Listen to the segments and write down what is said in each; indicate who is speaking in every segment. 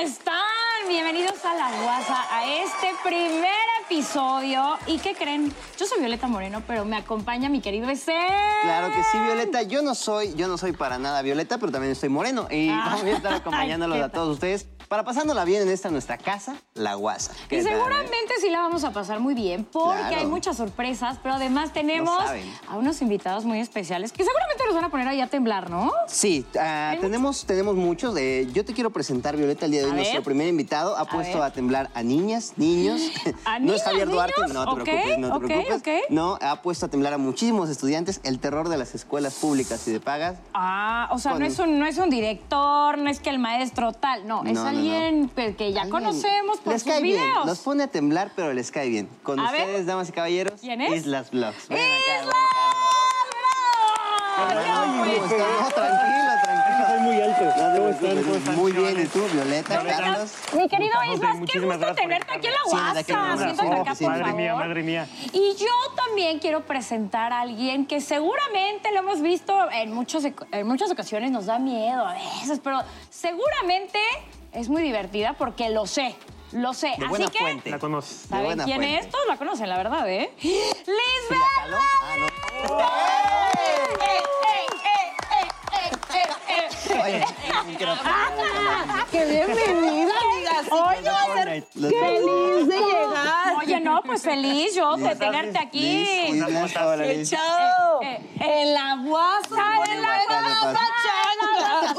Speaker 1: están? Bienvenidos a La Guasa, a este primer episodio. ¿Y qué creen? Yo soy Violeta Moreno, pero me acompaña mi querido Ese.
Speaker 2: Claro que sí, Violeta. Yo no soy, yo no soy para nada Violeta, pero también estoy moreno. Y
Speaker 1: Ah.
Speaker 2: vamos a estar acompañándolos
Speaker 1: Ay, qué
Speaker 2: a todos ustedes para pasándola bien en esta nuestra casa, La Guasa.
Speaker 1: Y
Speaker 2: ¿Qué tal, eh?
Speaker 1: seguramente sí la vamos a pasar muy bien porque
Speaker 2: Claro.
Speaker 1: hay muchas sorpresas, pero además tenemos
Speaker 2: Lo saben.
Speaker 1: a unos invitados muy especiales que seguramente nos van a poner ahí a temblar, ¿no?
Speaker 2: Sí, ah,
Speaker 1: ¿Hay
Speaker 2: tenemos, tenemos muchos. eh, yo te quiero presentar, Violeta, el día de hoy.
Speaker 1: A
Speaker 2: nuestro
Speaker 1: ver.
Speaker 2: primer invitado ha puesto
Speaker 1: ver.
Speaker 2: a temblar a niñas, niños.
Speaker 1: ¿A
Speaker 2: no
Speaker 1: niñas,
Speaker 2: es Javier Duarte,
Speaker 1: niños?
Speaker 2: no te
Speaker 1: Ok,
Speaker 2: preocupes, no te
Speaker 1: ok,
Speaker 2: preocupes.
Speaker 1: ok.
Speaker 2: No, ha puesto a temblar a muchísimos estudiantes, el terror de las escuelas públicas y de pagas.
Speaker 1: Ah, o sea,
Speaker 2: Con-
Speaker 1: no es, un, no es un director, no es que el maestro tal, no, es
Speaker 2: No, no, no.
Speaker 1: alguien que- que ya
Speaker 2: Alguien-
Speaker 1: conocemos por
Speaker 2: les
Speaker 1: sus
Speaker 2: cae bien,
Speaker 1: videos.
Speaker 2: los pone a temblar, pero les cae bien. Con
Speaker 1: A ver.
Speaker 2: ustedes, damas y caballeros,
Speaker 1: ¿Quién es?
Speaker 2: Islas Vlogs. Ven acá,
Speaker 1: ¡Islas! pues,
Speaker 2: ven
Speaker 1: ¡Bravo!
Speaker 2: acá. No, tranquilo,
Speaker 3: Soy
Speaker 2: tranquilo.
Speaker 3: muy alto.
Speaker 2: No te
Speaker 3: ¿Cómo están?
Speaker 2: preocupes,
Speaker 3: ¿Cómo están?
Speaker 2: Muy bien, ¿y tú, Violeta,
Speaker 1: Hola,
Speaker 2: Carlos?
Speaker 1: Mi querido
Speaker 3: Estamos bien,
Speaker 1: Islas, qué
Speaker 3: muchísimas
Speaker 1: gusto
Speaker 3: gracias por
Speaker 1: tenerte aquí en la
Speaker 2: invitarme. Sí,
Speaker 1: guasa.
Speaker 2: de aquí en la
Speaker 1: Siéntate acá,
Speaker 2: guasa.
Speaker 1: por
Speaker 3: Madre mía,
Speaker 1: favor.
Speaker 3: madre mía.
Speaker 1: Y yo también quiero presentar a alguien que seguramente lo hemos visto en, muchos, en muchas ocasiones, nos da miedo a veces, pero seguramente es muy divertida porque lo sé, lo sé.
Speaker 2: De
Speaker 1: Así
Speaker 2: buena
Speaker 1: que,
Speaker 2: fuente.
Speaker 3: La conoces.
Speaker 2: De
Speaker 1: ¿saben
Speaker 2: buena
Speaker 1: quién
Speaker 2: fuente.
Speaker 1: es? Todos la conocen, la verdad, ¿eh? ¡Lisbeth!
Speaker 2: Frida Kahlo. Ah, no. Oye, el micrófono.
Speaker 4: ¡Qué bienvenida, amigas!
Speaker 1: Oye,
Speaker 2: Los-
Speaker 4: ¡Feliz de llegar!
Speaker 1: Oye, no, pues feliz yo de
Speaker 3: Buenas tardes,
Speaker 1: tenerte aquí.
Speaker 2: Liz, Islas,
Speaker 3: ¿Cómo estás?
Speaker 2: hola,
Speaker 4: ¡Qué
Speaker 2: Liz.
Speaker 4: chao!
Speaker 1: Eh, eh, eh.
Speaker 4: ¡En la guasa!
Speaker 1: Sale la
Speaker 2: guasa,
Speaker 4: changa!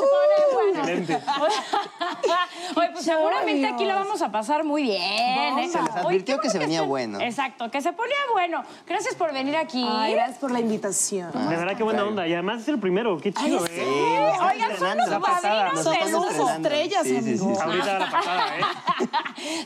Speaker 1: Bueno,
Speaker 3: Excelente.
Speaker 1: Oye, pues seguramente aquí la vamos a pasar muy bien. ¿eh?
Speaker 2: Se les
Speaker 1: Oye,
Speaker 2: advirtió
Speaker 1: qué
Speaker 2: que se venía
Speaker 1: estén-
Speaker 2: bueno.
Speaker 1: Exacto, que se ponía bueno. Gracias por venir aquí.
Speaker 4: Ay, gracias por la invitación.
Speaker 3: De verdad, qué buena onda. Y además es el primero. Qué chido,
Speaker 4: Ay, sí.
Speaker 3: ¿eh?
Speaker 1: Oigan, son
Speaker 2: estrenando.
Speaker 1: los
Speaker 2: La pasada,
Speaker 1: padrinos
Speaker 2: nos
Speaker 1: de
Speaker 2: estamos
Speaker 4: Somos
Speaker 1: lujo.
Speaker 2: estrenando.
Speaker 4: estrellas,
Speaker 2: Sí, sí, sí,
Speaker 4: amigo.
Speaker 2: sí.
Speaker 3: Ahorita la pasada, ¿eh?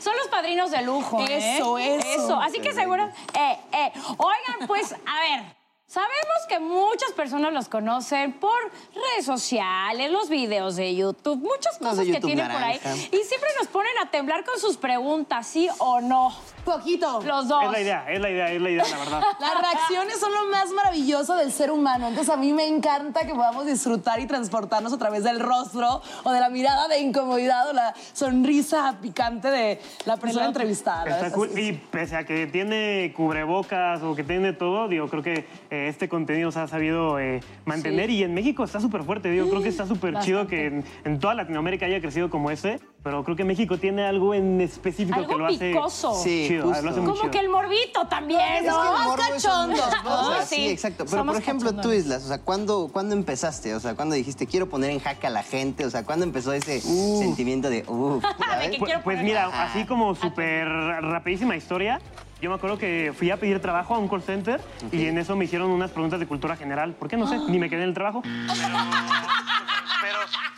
Speaker 1: Son los padrinos de lujo. ¿eh?
Speaker 4: Eso, eso.
Speaker 1: Así que seguro. eh, eh. Oigan, pues, a ver. Sabemos que muchas personas los conocen por redes sociales, los videos de YouTube, muchas
Speaker 2: Los
Speaker 1: cosas
Speaker 2: de
Speaker 1: que
Speaker 2: YouTube
Speaker 1: tienen por ahí.
Speaker 2: naranja.
Speaker 1: Y siempre nos ponen a temblar con sus preguntas, ¿sí o no?
Speaker 4: Poquito.
Speaker 1: Los dos.
Speaker 3: Es la idea, es la idea, es la idea, la verdad.
Speaker 4: Las reacciones son lo más maravilloso del ser humano. Entonces a mí me encanta que podamos disfrutar y transportarnos a través del rostro o de la mirada de incomodidad o la sonrisa picante de la persona entrevistada. la
Speaker 3: Está
Speaker 4: verdad,
Speaker 3: cool.
Speaker 4: sí, sí.
Speaker 3: Y pese a que tiene cubrebocas o que tiene todo, digo, creo que eh, este contenido se ha sabido eh, mantener y en México está súper fuerte, digo, creo que está súper chido que en, en toda Latinoamérica haya crecido como ese, pero creo que México tiene algo en específico
Speaker 1: Algo
Speaker 3: que lo hace
Speaker 1: picoso.
Speaker 2: Sí,
Speaker 3: chido,
Speaker 2: justo.
Speaker 3: lo hace muy
Speaker 1: Como
Speaker 3: chido.
Speaker 1: que el morbito también,
Speaker 2: Es que el
Speaker 1: ¿no?
Speaker 2: morbo es un-
Speaker 4: cachondos,
Speaker 1: ¿no?
Speaker 2: O sea,
Speaker 1: Ah,
Speaker 2: sí.
Speaker 1: sí.
Speaker 2: exacto. Pero,
Speaker 1: Somos
Speaker 2: por ejemplo, tú,
Speaker 1: cachondones.
Speaker 2: Islas, o sea, ¿cuándo, ¿cuándo empezaste? O sea, ¿cuándo dijiste, quiero poner en jaque a la gente? O sea, ¿cuándo empezó ese
Speaker 1: Uh.
Speaker 2: sentimiento de, uff,
Speaker 1: De que
Speaker 3: Pues,
Speaker 1: quiero poner-
Speaker 3: pues
Speaker 1: Ah,
Speaker 3: mira,
Speaker 2: Ajá.
Speaker 3: así como súper rapidísima historia. Yo me acuerdo que fui a pedir trabajo a un call center y en eso me hicieron unas preguntas de cultura general. ¿Por qué no sé? Ni me quedé en el trabajo.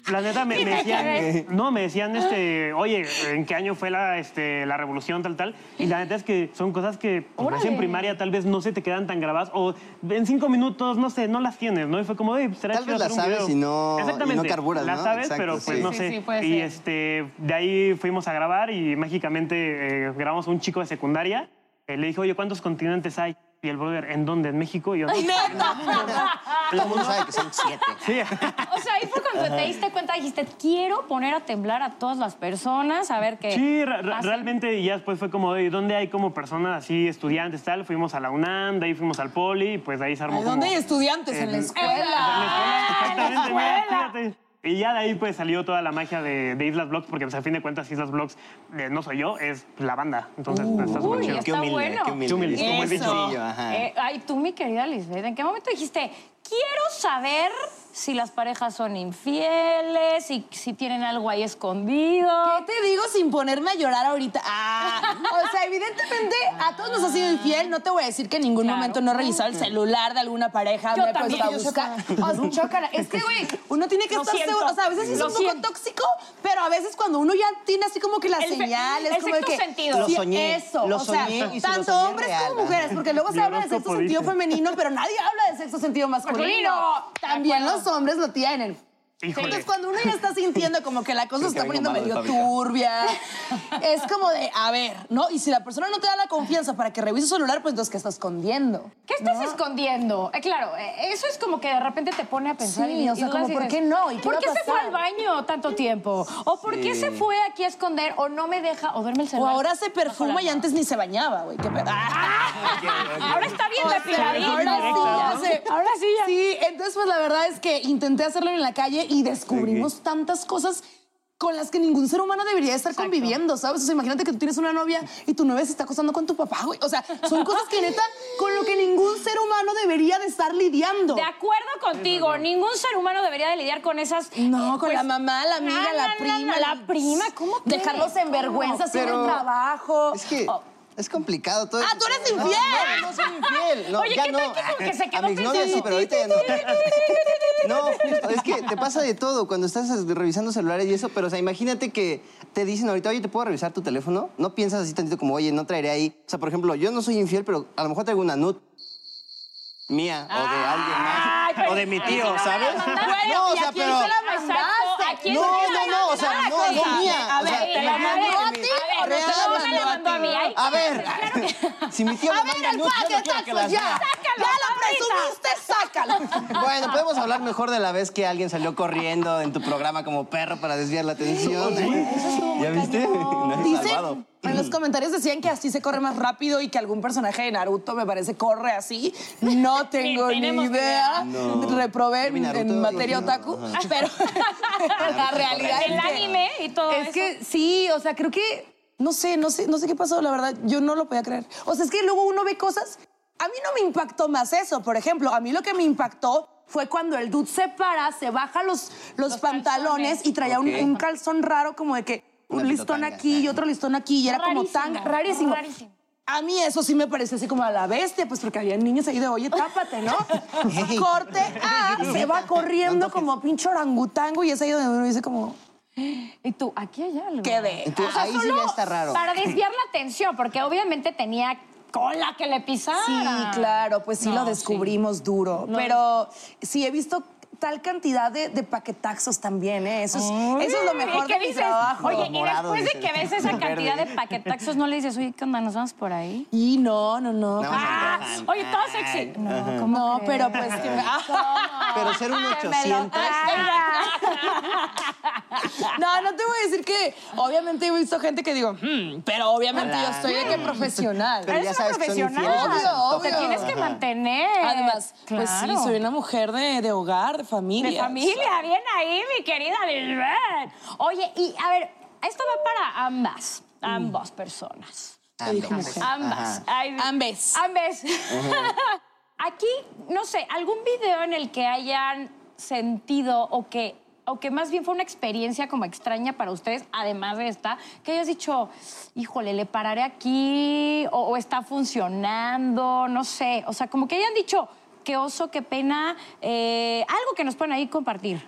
Speaker 3: La neta me, me
Speaker 1: quedé.
Speaker 3: decían, no, me decían, este, oye, ¿en qué año fue la, este, la revolución tal tal? Y la neta es que son cosas que pues,
Speaker 1: Órale.
Speaker 3: nací en primaria tal vez no se te quedan tan grabadas o en cinco minutos, no sé, no las tienes, ¿no? Y fue como, oye, será
Speaker 2: Tal
Speaker 3: chido
Speaker 2: vez las
Speaker 3: hacer un
Speaker 2: sabes
Speaker 3: video".
Speaker 2: y no- y no
Speaker 3: Exactamente,
Speaker 2: carburas,
Speaker 3: las
Speaker 2: ¿no?
Speaker 3: sabes,
Speaker 2: Exacto,
Speaker 3: pero pues
Speaker 2: sí.
Speaker 3: no
Speaker 1: Sí,
Speaker 3: sé.
Speaker 1: sí, puede
Speaker 3: y
Speaker 1: ser.
Speaker 3: este, de ahí fuimos a grabar y mágicamente eh, grabamos a un chico de secundaria. Eh, le dije, oye, ¿cuántos continentes hay? Y el brother, ¿en dónde? ¿En México? Y yo, "No".
Speaker 2: Todo el mundo sabe que son siete.
Speaker 3: sí.
Speaker 1: O sea, ahí fue cuando te diste cuenta, dijiste, quiero poner a temblar a todas las personas, a ver qué.
Speaker 3: Sí, ra- ra-
Speaker 1: pasa".
Speaker 3: realmente y ya después fue como, "Oye, ¿dónde hay como personas así, estudiantes, tal? Fuimos a la UNAM, de ahí fuimos al Poli, y pues de ahí se armó
Speaker 4: Ay, ¿Dónde hay
Speaker 3: como-
Speaker 4: estudiantes? En la
Speaker 3: en-
Speaker 4: escuela.
Speaker 3: Exactamente, mira, fíjate. Y ya de ahí pues salió toda la magia de, de Islas Blogs, porque pues, a fin de cuentas Islas Blogs eh, no soy yo, es la banda. Entonces, pues, está súper
Speaker 1: Uy,
Speaker 3: chido.
Speaker 1: Está bueno.
Speaker 3: Qué humilde, como he
Speaker 2: Eso.
Speaker 3: dicho.
Speaker 2: Sí, yo, ajá.
Speaker 1: Eh, ay, tú, mi querida Lisbeth, ¿en qué momento dijiste, quiero saber si las parejas son infieles, si, si tienen algo ahí escondido?
Speaker 4: ¿Qué te digo sin ponerme a llorar ahorita? Ah, o sea, evidentemente a todos nos ha sido infiel. No te voy a decir que en ningún
Speaker 1: Claro.
Speaker 4: momento no he revisado el celular de alguna pareja.
Speaker 1: Yo
Speaker 4: me he puesto a
Speaker 1: también, yo
Speaker 4: buscar. O sea, chócala. Es que, güey, uno tiene que
Speaker 1: Lo
Speaker 4: estar
Speaker 1: siento.
Speaker 4: seguro. O sea, a veces sí es
Speaker 1: Lo
Speaker 4: un poco
Speaker 1: siento.
Speaker 4: tóxico, pero a veces cuando uno ya tiene así como que las
Speaker 1: El fe-
Speaker 4: señales,
Speaker 1: el
Speaker 4: como de
Speaker 1: sexto
Speaker 4: que.
Speaker 1: sentido. Lo
Speaker 4: sí,
Speaker 2: soñé,
Speaker 4: Eso.
Speaker 2: lo
Speaker 4: o sea,
Speaker 2: soñé y se lo
Speaker 4: tanto
Speaker 2: soñé
Speaker 4: hombres
Speaker 2: real,
Speaker 4: como
Speaker 2: ajá.
Speaker 4: mujeres, porque luego se
Speaker 3: Mi
Speaker 4: habla de sexto
Speaker 3: horóscopo
Speaker 4: sentido
Speaker 3: dice.
Speaker 4: femenino, pero nadie habla de sexto sentido masculino.
Speaker 1: Masculino.
Speaker 4: También
Speaker 1: De acuerdo.
Speaker 4: los hombres lo tienen.
Speaker 3: Híjole.
Speaker 4: Entonces, cuando uno ya está sintiendo como que la cosa se
Speaker 2: Creo que vengo
Speaker 4: está poniendo medio
Speaker 2: malo de fábrica.
Speaker 4: turbia, es como de, a ver, ¿no? Y si la persona no te da la confianza para que revise su celular, pues entonces, ¿qué está escondiendo?
Speaker 1: ¿Qué estás escondiendo? Eh, claro, eh, eso es como que de repente te pone a pensar.
Speaker 4: Sí,
Speaker 1: y,
Speaker 4: o
Speaker 1: y
Speaker 4: sea,
Speaker 1: dudas
Speaker 4: como,
Speaker 1: y
Speaker 4: ¿por
Speaker 1: dices,
Speaker 4: qué no? ¿Y qué
Speaker 1: ¿Por
Speaker 4: va a
Speaker 1: qué se fue
Speaker 4: pasar?
Speaker 1: al baño tanto tiempo? ¿O por qué
Speaker 2: Sí.
Speaker 1: se fue aquí a esconder? ¿O no me deja? ¿O duerme el
Speaker 4: O
Speaker 1: celular?
Speaker 4: ahora
Speaker 1: bajo
Speaker 4: se
Speaker 1: la
Speaker 4: perfuma y
Speaker 1: cama?
Speaker 4: antes ni se bañaba, güey. Qué pedo.
Speaker 1: Ahora está bien
Speaker 4: O sea,
Speaker 1: depiladito.
Speaker 4: Ahora sí, ya sé.
Speaker 1: Ahora sí ya.
Speaker 4: Sí, entonces pues la verdad es que intenté hacerlo en la calle y descubrimos tantas cosas con las que ningún ser humano debería estar conviviendo, ¿sabes? O sea, imagínate que tú tienes una novia y tu novia se está acostando con tu papá, güey. O sea, son cosas que neta con lo que ningún ser humano debería de estar lidiando.
Speaker 1: De acuerdo contigo, ningún ser humano debería de lidiar con esas.
Speaker 4: no,
Speaker 1: eh,
Speaker 4: con
Speaker 1: pues,
Speaker 4: la mamá, la amiga,
Speaker 1: na, na,
Speaker 4: la
Speaker 1: na,
Speaker 4: prima.
Speaker 1: na, La, prima, ¿cómo quieres?
Speaker 4: Dejarlos en vergüenza, sin el
Speaker 2: Pero-
Speaker 4: trabajo.
Speaker 2: Es que
Speaker 4: Oh,
Speaker 2: es complicado todo
Speaker 4: Ah,
Speaker 2: eso.
Speaker 4: tú eres
Speaker 2: No,
Speaker 4: infiel.
Speaker 2: No, no soy infiel. No,
Speaker 1: Oye,
Speaker 2: ya
Speaker 1: ¿qué
Speaker 2: no.
Speaker 1: tal que como que se quedó
Speaker 2: A mis novias sí,
Speaker 1: pensando?
Speaker 2: pero ahorita ya no. No, justo, es que te pasa de todo cuando estás revisando celulares y eso, pero o sea, imagínate que te dicen ahorita, oye, ¿te puedo revisar tu teléfono? No piensas así tantito como, oye, no traeré ahí. O sea, por ejemplo, yo no soy infiel, pero a lo mejor traigo una nut mía o de alguien más.
Speaker 1: Ay, pero-
Speaker 2: o de mi
Speaker 1: Ay, si
Speaker 2: tío,
Speaker 1: no me la
Speaker 2: ¿sabes?
Speaker 1: mandaste.
Speaker 2: No, o
Speaker 4: ¿y a
Speaker 2: sea,
Speaker 4: quién
Speaker 2: pero.
Speaker 4: se la mandaste?
Speaker 1: Exacto, ¿a quién
Speaker 2: No,
Speaker 1: se la
Speaker 2: no, no, o sea,
Speaker 1: mandaste?
Speaker 2: no, no mía.
Speaker 4: A
Speaker 2: o
Speaker 4: ver,
Speaker 2: sea,
Speaker 4: te la
Speaker 2: imagínate
Speaker 4: mandó
Speaker 2: que
Speaker 4: a
Speaker 2: mi-
Speaker 4: ti,
Speaker 1: A ver,
Speaker 4: Real,
Speaker 1: no, no me la mandó a mí. ay,
Speaker 2: a ver, si mi tío
Speaker 4: A
Speaker 2: me
Speaker 4: ver,
Speaker 2: manda
Speaker 4: el
Speaker 2: nudes, yo
Speaker 4: pack
Speaker 2: no quiero que las
Speaker 4: ya.
Speaker 2: vea.
Speaker 1: Sácalo,
Speaker 4: ya lo
Speaker 1: ahorita.
Speaker 4: presumiste, sácalo.
Speaker 2: Bueno, podemos hablar mejor de la vez que alguien salió corriendo en tu programa como perro para desviar la atención. ¿Ya viste? No, salvado.
Speaker 4: Dicen, en los comentarios decían que así se corre más rápido y que algún personaje de Naruto, me parece, corre así. No tengo ni
Speaker 1: tenemos
Speaker 4: idea.
Speaker 2: No.
Speaker 4: Reprobé
Speaker 2: Yo vi
Speaker 4: en,
Speaker 2: Naruto,
Speaker 4: en materia
Speaker 2: no,
Speaker 4: otaku,
Speaker 2: ajá.
Speaker 4: pero la realidad
Speaker 1: El
Speaker 4: es que-
Speaker 1: anime y todo
Speaker 4: Es
Speaker 1: eso.
Speaker 4: que sí, o sea, creo que no sé, no sé, no sé qué pasó, la verdad, yo no lo podía creer. O sea, es que luego uno ve cosas. A mí no me impactó más eso, por ejemplo, a mí lo que me impactó fue cuando el dude se para, se baja los, los, pantalones y traía un-
Speaker 2: Ok.
Speaker 4: un, calzón raro como de que un
Speaker 2: Una
Speaker 4: listón
Speaker 2: pitotanga.
Speaker 4: aquí y otro listón aquí y era como tan
Speaker 1: Rarísimo,
Speaker 4: rarísimo.
Speaker 1: rarísimo.
Speaker 4: A mí eso sí me parece así como a la bestia, pues porque había niños ahí de, oye, tápate, ¿no? Corte, ah, se va corriendo como pinche orangutango y es ahí donde uno dice como,
Speaker 1: Y tú, aquí hay algo.
Speaker 4: ¿qué de?
Speaker 2: Tú, ahí sí ya está raro.
Speaker 1: Para desviar la atención, porque obviamente tenía cola que le pisara.
Speaker 4: Sí, claro, pues sí
Speaker 1: Ah. No,
Speaker 4: lo descubrimos duro. Pero sí, he visto tal cantidad de, de paquetaxos también, ¿eh? Eso es, eso es lo mejor
Speaker 1: ¿Y qué
Speaker 4: de mi
Speaker 1: dices?
Speaker 4: trabajo.
Speaker 1: Oye, y
Speaker 2: Morado,
Speaker 1: después de
Speaker 2: dice.
Speaker 1: que ves esa
Speaker 2: Verde.
Speaker 1: cantidad de paquetaxos, ¿no le dices, oye, qué onda, nos vamos por ahí?
Speaker 4: Y no, no, no.
Speaker 2: No,
Speaker 1: Ah,
Speaker 2: Antojan.
Speaker 1: oye, todo sexy. No, ¿cómo
Speaker 4: No,
Speaker 1: crees? Ah.
Speaker 4: pero pues que...
Speaker 2: Pero ser un
Speaker 1: Que me lo
Speaker 2: 800.
Speaker 1: traiga.
Speaker 4: No, no te voy a decir que obviamente he visto gente que digo, "Hmm", pero obviamente
Speaker 2: Hola.
Speaker 4: yo estoy de
Speaker 1: Hmm.
Speaker 4: que profesional.
Speaker 2: Pero ya
Speaker 1: Eres
Speaker 2: sabes
Speaker 1: una
Speaker 2: que son infieles.
Speaker 1: profesional.
Speaker 2: o sea,
Speaker 4: Obvio,
Speaker 1: Te
Speaker 2: tocan.
Speaker 4: obvio.
Speaker 1: tienes que mantener.
Speaker 4: Además, pues sí,
Speaker 1: Claro.
Speaker 4: soy una mujer de, de hogar, de familia.
Speaker 1: De familia, bien ahí, mi querida Lisbeth. Oye, y a ver, esto va para ambas, ambas personas.
Speaker 2: Ambas.
Speaker 1: Ambas. Ay,
Speaker 4: Ambes.
Speaker 1: Ambes. Aquí, no sé, algún video en el que hayan sentido o que, o que más bien fue una experiencia como extraña para ustedes, además de esta, que hayas dicho, híjole, le pararé aquí o, o está funcionando, no sé. O sea, como que hayan dicho, qué oso, qué pena, eh, algo que nos puedan ahí compartir.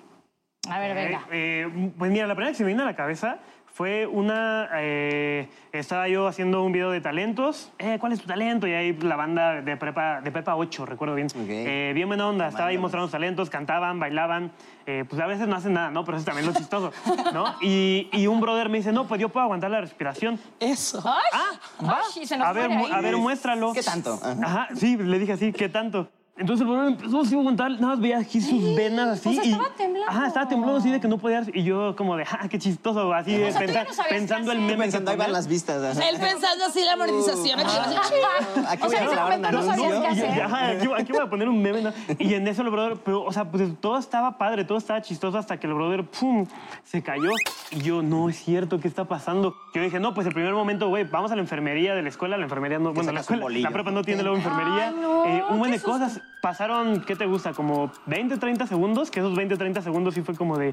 Speaker 1: A ver, venga.
Speaker 3: Eh, eh, pues mira, la primera que se me vino a la cabeza fue una... eh, estaba yo haciendo un video de talentos. Eh, ¿Cuál es tu talento? Y ahí la banda de prepa, de prepa 8, recuerdo bien. Eh, bien buena onda. Estaba ahí mostrando sus talentos, cantaban, bailaban. Eh, pues a veces no hacen nada, ¿no? Pero eso también es lo chistoso, ¿no? Y, y un brother me dice, no, pues yo puedo aguantar la respiración.
Speaker 4: Eso.
Speaker 1: Ay,
Speaker 3: Ah, Va,
Speaker 1: ay, se nos
Speaker 3: a, ver,
Speaker 1: muere
Speaker 3: mu-
Speaker 1: ahí.
Speaker 3: a ver, muéstralo.
Speaker 2: ¿Qué tanto? Ajá.
Speaker 3: Ajá, sí, le dije así, ¿qué tanto? Entonces el brother empezó así a aguantar, nada más veía aquí sus venas así.
Speaker 1: o sea,
Speaker 3: y-
Speaker 1: pues estaba temblando.
Speaker 3: Ajá, estaba temblando así de que no podía. Y yo como de, ah, qué chistoso, así de
Speaker 1: sea, tú ya
Speaker 3: pensa-
Speaker 1: no sabías qué
Speaker 3: pensando el
Speaker 1: hacer.
Speaker 3: meme. que
Speaker 2: Pensando, ahí van
Speaker 3: poner.
Speaker 2: las vistas. ajá. Ah,
Speaker 4: Él pensando así la amortización. aquí, así,
Speaker 2: Aquí
Speaker 1: o
Speaker 2: voy
Speaker 1: sea,
Speaker 2: a
Speaker 1: en ese
Speaker 2: grabar un
Speaker 1: momento no sabías qué
Speaker 2: anuncio.
Speaker 3: Y yo,
Speaker 1: hacer.
Speaker 3: ajá, aquí, aquí voy a poner un meme. ¿no? Y en eso el brother, pero, o sea, pues todo estaba padre, todo estaba chistoso hasta que el brother, pum, se cayó. Y yo, no es cierto, ¿qué está pasando? Yo dije, no, pues el primer momento, güey, vamos a la enfermería de la escuela, la enfermería no, bueno, la
Speaker 2: sacas un
Speaker 3: escuela,
Speaker 2: bolillo.
Speaker 3: la prepa no tiene luego enfermería.
Speaker 1: Ay, no,
Speaker 3: Eh, un buen
Speaker 1: qué
Speaker 3: de cosas. Pasaron, ¿qué te gusta? Como 20, 30 segundos, que esos 20, 30 segundos sí fue como de,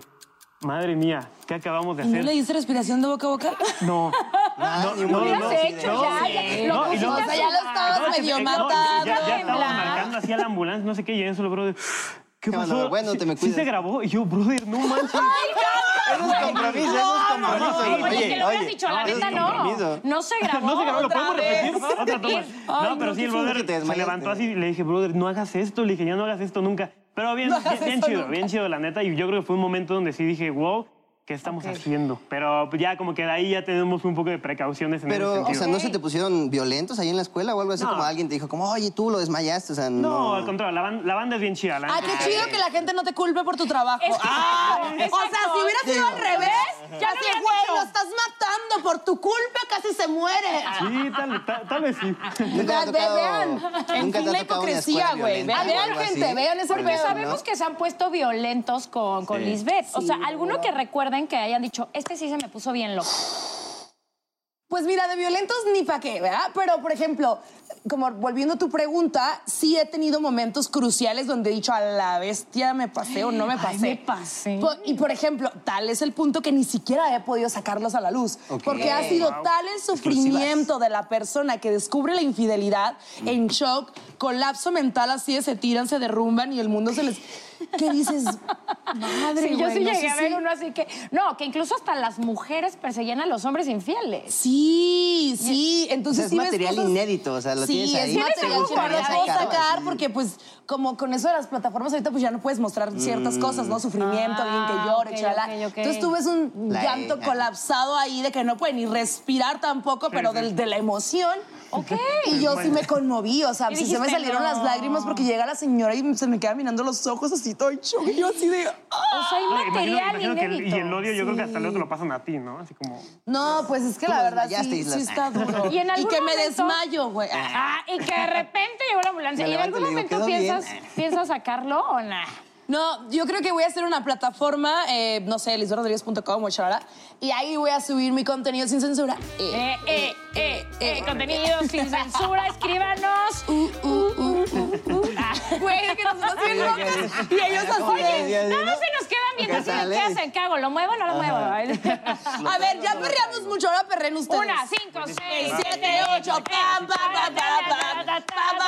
Speaker 3: madre mía, ¿qué acabamos de
Speaker 4: ¿No le
Speaker 3: hacer?
Speaker 4: hice respiración de boca a boca?
Speaker 3: No. No, no,
Speaker 1: Lo
Speaker 3: no,
Speaker 1: hubieras
Speaker 3: no,
Speaker 1: hecho
Speaker 3: no,
Speaker 1: ya,
Speaker 3: sí,
Speaker 1: ya,
Speaker 3: no,
Speaker 1: lo
Speaker 3: y luego-
Speaker 1: pusiste
Speaker 4: o sea, ya lo
Speaker 1: a sudar.
Speaker 4: estabas
Speaker 3: no, es que-
Speaker 4: medio
Speaker 3: eh, no, Ya,
Speaker 4: matado.
Speaker 3: ya estábamos
Speaker 1: Temblar.
Speaker 3: marcando así a la ambulancia, no sé qué, y en eso el brother. ¿Qué
Speaker 2: Qué
Speaker 3: pasó?
Speaker 2: bárbaro. Bueno, te me
Speaker 3: Sí
Speaker 2: cuidas.
Speaker 3: se grabó y yo, brother, no manches.
Speaker 2: Eso es compromiso, eso es compromiso.
Speaker 1: Oye, que lo hubieras
Speaker 2: oye,
Speaker 1: dicho, la
Speaker 2: eso es
Speaker 1: neta no.
Speaker 2: compromiso.
Speaker 1: No se grabó.
Speaker 3: No se grabó, lo podemos repetir. Otra toma.
Speaker 1: Ay,
Speaker 3: No,
Speaker 2: no,
Speaker 3: pero sí,
Speaker 2: qué
Speaker 3: el
Speaker 2: feo que te
Speaker 3: brother se
Speaker 2: desmayaste.
Speaker 3: levantó así y le dije, brother, no hagas esto. Le dije, ya no hagas esto nunca. Pero bien,
Speaker 4: No hagas
Speaker 3: bien, bien
Speaker 4: eso
Speaker 3: chido,
Speaker 4: nunca.
Speaker 3: bien chido, la neta. Y yo creo que fue un momento donde sí dije, wow, ¿qué estamos haciendo? Pero ya como que de ahí ya tenemos un poco de precauciones en ese
Speaker 2: Pero, o
Speaker 3: sentido.
Speaker 2: sea, ¿no se te pusieron violentos ahí en la escuela o algo así?
Speaker 3: No.
Speaker 2: Como alguien te dijo, como, oye, tú lo desmayaste, o sea, no.
Speaker 3: no, al contrario, la, ban- la banda es bien chida. La
Speaker 4: Ah,
Speaker 3: neta.
Speaker 4: qué chido que la gente no te culpe por tu trabajo.
Speaker 1: Es que-
Speaker 4: ah,
Speaker 1: Exacto.
Speaker 4: o sea, si hubiera sido al
Speaker 2: Digo,
Speaker 4: revés,
Speaker 1: ya
Speaker 4: ya
Speaker 1: lo hubieras
Speaker 4: así, güey,
Speaker 1: hecho.
Speaker 4: lo estás matando por tu culpa, casi se muere.
Speaker 3: Sí, tal, tal, tal vez sí.
Speaker 2: Nunca te ha
Speaker 4: Ve-
Speaker 2: tocado-
Speaker 4: vean.
Speaker 2: nunca
Speaker 4: En
Speaker 2: te ha
Speaker 4: fin, la
Speaker 2: tocado una
Speaker 4: hipocresía,
Speaker 2: escuela
Speaker 4: güey.
Speaker 2: violenta
Speaker 4: Vean,
Speaker 2: o algo
Speaker 4: vean, gente,
Speaker 2: así.
Speaker 4: vean ese
Speaker 2: Porque
Speaker 1: Porque
Speaker 4: pedo,
Speaker 1: sabemos que se han puesto violentos con, con
Speaker 2: Sí.
Speaker 1: Lisbeth. o
Speaker 4: Sí,
Speaker 1: sea, alguno
Speaker 4: wow.
Speaker 1: que recuerden que hayan dicho, este sí se me puso bien loco.
Speaker 4: Pues mira, de violentos ni pa' qué, ¿verdad? Pero, por ejemplo, como volviendo a tu pregunta, sí he tenido momentos cruciales donde he dicho, a la bestia me pasé o no me
Speaker 1: Ay,
Speaker 4: pasé.
Speaker 1: me pasé.
Speaker 4: Po- y, por ejemplo, tal es el punto que ni siquiera he podido sacarlos a la luz.
Speaker 2: Ok.
Speaker 4: Porque ha sido
Speaker 3: Wow.
Speaker 4: tal el sufrimiento de la persona que descubre la infidelidad en shock, colapso mental, así de se tiran, se derrumban y el mundo se les... ¿Qué dices? Madre,
Speaker 1: Sí, yo
Speaker 4: güey,
Speaker 1: sí
Speaker 4: no
Speaker 1: llegué
Speaker 4: sé
Speaker 1: a ver
Speaker 4: si-
Speaker 1: uno así que. No, que incluso hasta las mujeres perseguían a los hombres infieles.
Speaker 4: Sí, sí.
Speaker 2: O sea,
Speaker 4: Entonces
Speaker 2: es
Speaker 4: sí ves
Speaker 2: material
Speaker 4: cosas-
Speaker 2: inédito, o sea, lo
Speaker 4: sí,
Speaker 2: tienes ahí.
Speaker 4: es
Speaker 1: Tienes
Speaker 4: material
Speaker 1: algo
Speaker 4: que no lo
Speaker 1: guardado,
Speaker 4: puedo
Speaker 2: sacado,
Speaker 4: sacar
Speaker 2: así.
Speaker 4: porque pues como con eso de las plataformas ahorita pues ya no puedes mostrar ciertas cosas, ¿no? Sufrimiento,
Speaker 1: Ah,
Speaker 4: alguien que llore,
Speaker 1: ok,
Speaker 4: chalá.
Speaker 1: ok, ok.
Speaker 4: Entonces tú ves un
Speaker 2: La-
Speaker 4: llanto colapsado ahí de que no puede ni respirar tampoco, pero
Speaker 3: sí.
Speaker 4: del- de la emoción.
Speaker 1: Ok.
Speaker 4: Y yo sí
Speaker 3: Bueno.
Speaker 4: me conmoví, o sea,
Speaker 1: Y
Speaker 4: sí se me
Speaker 1: dijiste,
Speaker 4: salieron las
Speaker 1: "No".
Speaker 4: lágrimas porque llega la señora y se me queda mirando los ojos así todo en shock, y yo así de... "Ah".
Speaker 1: O sea, hay
Speaker 3: No, imagino-
Speaker 1: material
Speaker 3: imagino que el-
Speaker 1: inédito.
Speaker 3: y el odio yo creo que hasta luego te lo pasan a ti, ¿no? Así como...
Speaker 4: No, pues es que la
Speaker 2: lo
Speaker 4: verdad
Speaker 2: desmayaste,
Speaker 4: sí,
Speaker 2: Isla.
Speaker 4: sí está duro.
Speaker 1: Y en algún
Speaker 4: que me
Speaker 1: momento-
Speaker 4: desmayo, güey.
Speaker 1: Ah, y que de repente llegó la ambulancia.
Speaker 2: Me
Speaker 1: ¿Y en
Speaker 2: levanto
Speaker 1: algún
Speaker 2: y le
Speaker 1: momento
Speaker 2: digo, "Quedó bien".
Speaker 1: piensas, piensas sacarlo o nada?
Speaker 4: No, yo creo que voy a hacer una plataforma, eh, no sé, lisbrodríguez.com o charara, y ahí voy a subir mi contenido sin censura. Eh,
Speaker 1: Eh, eh, eh, eh, contenido sin censura, escríbanos.
Speaker 4: uh, uh, uh, uh.
Speaker 1: Ah.
Speaker 4: Güey, de que nosotros bien locas. Y ellos así. de-
Speaker 1: Oye, nada más se nos quedan viendo
Speaker 2: ¿Qué
Speaker 1: así,
Speaker 2: tal,
Speaker 1: ¿qué
Speaker 2: eh?
Speaker 1: hacen? ¿Qué hago? ¿Lo muevo o no lo muevo?
Speaker 4: A ver, ya perreamos mucho, ahora perren ustedes.
Speaker 1: Una, cinco, seis, siete,
Speaker 4: siete, ocho,
Speaker 1: ocho,
Speaker 4: pam, pam, pam, pam, pam, pam, pam, pam, pam, pam, pam,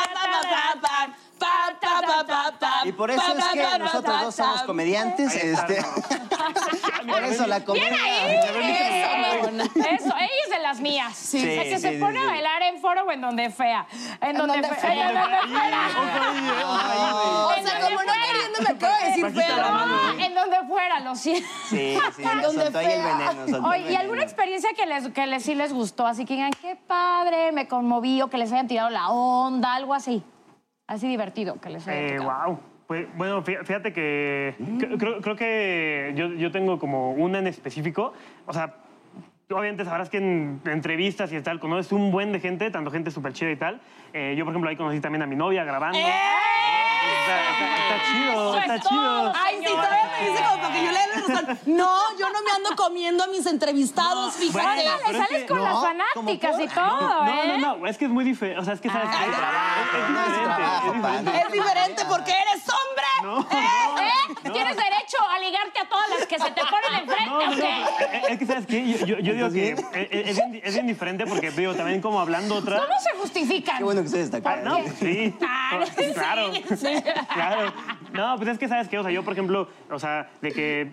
Speaker 4: pam, pam, pam, pam,
Speaker 2: Y por eso
Speaker 4: pam,
Speaker 2: es
Speaker 4: pam,
Speaker 2: que
Speaker 4: pam,
Speaker 2: nosotros
Speaker 4: pam,
Speaker 2: dos somos
Speaker 4: pam.
Speaker 2: comediantes.
Speaker 3: Ahí está,
Speaker 2: Este, por eso la comedia.
Speaker 1: ¡Bien ahí! Eso,
Speaker 4: mamona.
Speaker 1: eso, ella es de las mías. o sea,
Speaker 2: sí,
Speaker 1: que se
Speaker 2: sí,
Speaker 1: pone
Speaker 2: sí.
Speaker 1: a bailar en foro o en donde fea. En, donde,
Speaker 4: donde
Speaker 1: fe-
Speaker 4: fea.
Speaker 1: en donde
Speaker 3: Ahí,
Speaker 1: fuera.
Speaker 3: ojo ahí, eh, ojo ahí, güey.
Speaker 4: O sea, como no queriendo me acabo de decir
Speaker 3: Bajita la
Speaker 4: perro.
Speaker 3: mano.
Speaker 1: No, en donde fuera, lo siento.
Speaker 2: Sí, sí,
Speaker 4: Donde
Speaker 2: soltó ahí el
Speaker 4: fea.
Speaker 2: veneno. soltó el
Speaker 1: Oye, ¿y
Speaker 2: veneno.
Speaker 1: alguna experiencia que les, que les sí les gustó? Así que digan, qué padre, me conmoví o que les hayan tirado la onda, algo así. Así divertido que les haya
Speaker 3: Eh,
Speaker 1: tocado.
Speaker 3: wow. Pues, bueno, fí- fíjate que cre- creo, creo que yo, yo tengo como una en específico. O sea, obviamente sabrás que en entrevistas y tal conoces un buen de gente, tanto gente súper chida y tal. Eh, yo, por ejemplo, ahí conocí también a mi novia grabando.
Speaker 1: Eh,
Speaker 3: Está, está- está chido,
Speaker 1: ¡Eso es
Speaker 3: está
Speaker 1: todo! ¿eh?
Speaker 3: chido.
Speaker 4: Ay, sí, todavía me dice como para que yo le dé la razón. No, yo no me ando comiendo a mis entrevistados, fíjate.
Speaker 3: bueno,
Speaker 1: Le
Speaker 3: pero es
Speaker 1: sales
Speaker 3: que-
Speaker 1: con las
Speaker 2: no,
Speaker 1: fanáticas
Speaker 2: como
Speaker 1: y todo,
Speaker 3: No,
Speaker 1: ¿eh?
Speaker 3: no, no, es que es muy diferente. O sea, es que
Speaker 1: Ah.
Speaker 3: sabes que es-
Speaker 2: No es trabajo,
Speaker 3: diferente.
Speaker 2: pana.
Speaker 4: Es diferente porque eres hombre.
Speaker 3: No,
Speaker 1: ¿Eh? ¿Tienes derecho a ligarte a todas las que se te ponen enfrente
Speaker 3: No, no,
Speaker 1: o
Speaker 3: no.
Speaker 1: qué?
Speaker 3: Eh, Es que, ¿sabes qué? Yo, yo- yo digo
Speaker 2: ¿Estás
Speaker 3: que
Speaker 2: bien?
Speaker 3: eh, eh, es, bien- es bien diferente porque, digo, también como hablando otra...
Speaker 1: ¿Cómo se justifican?
Speaker 2: Qué bueno que ustedes destacaron.
Speaker 3: No, sí.
Speaker 1: Ah, no, sí,
Speaker 3: claro.
Speaker 1: sí.
Speaker 3: Claro. No, pues es que sabes que, o sea, yo por ejemplo, o sea, de que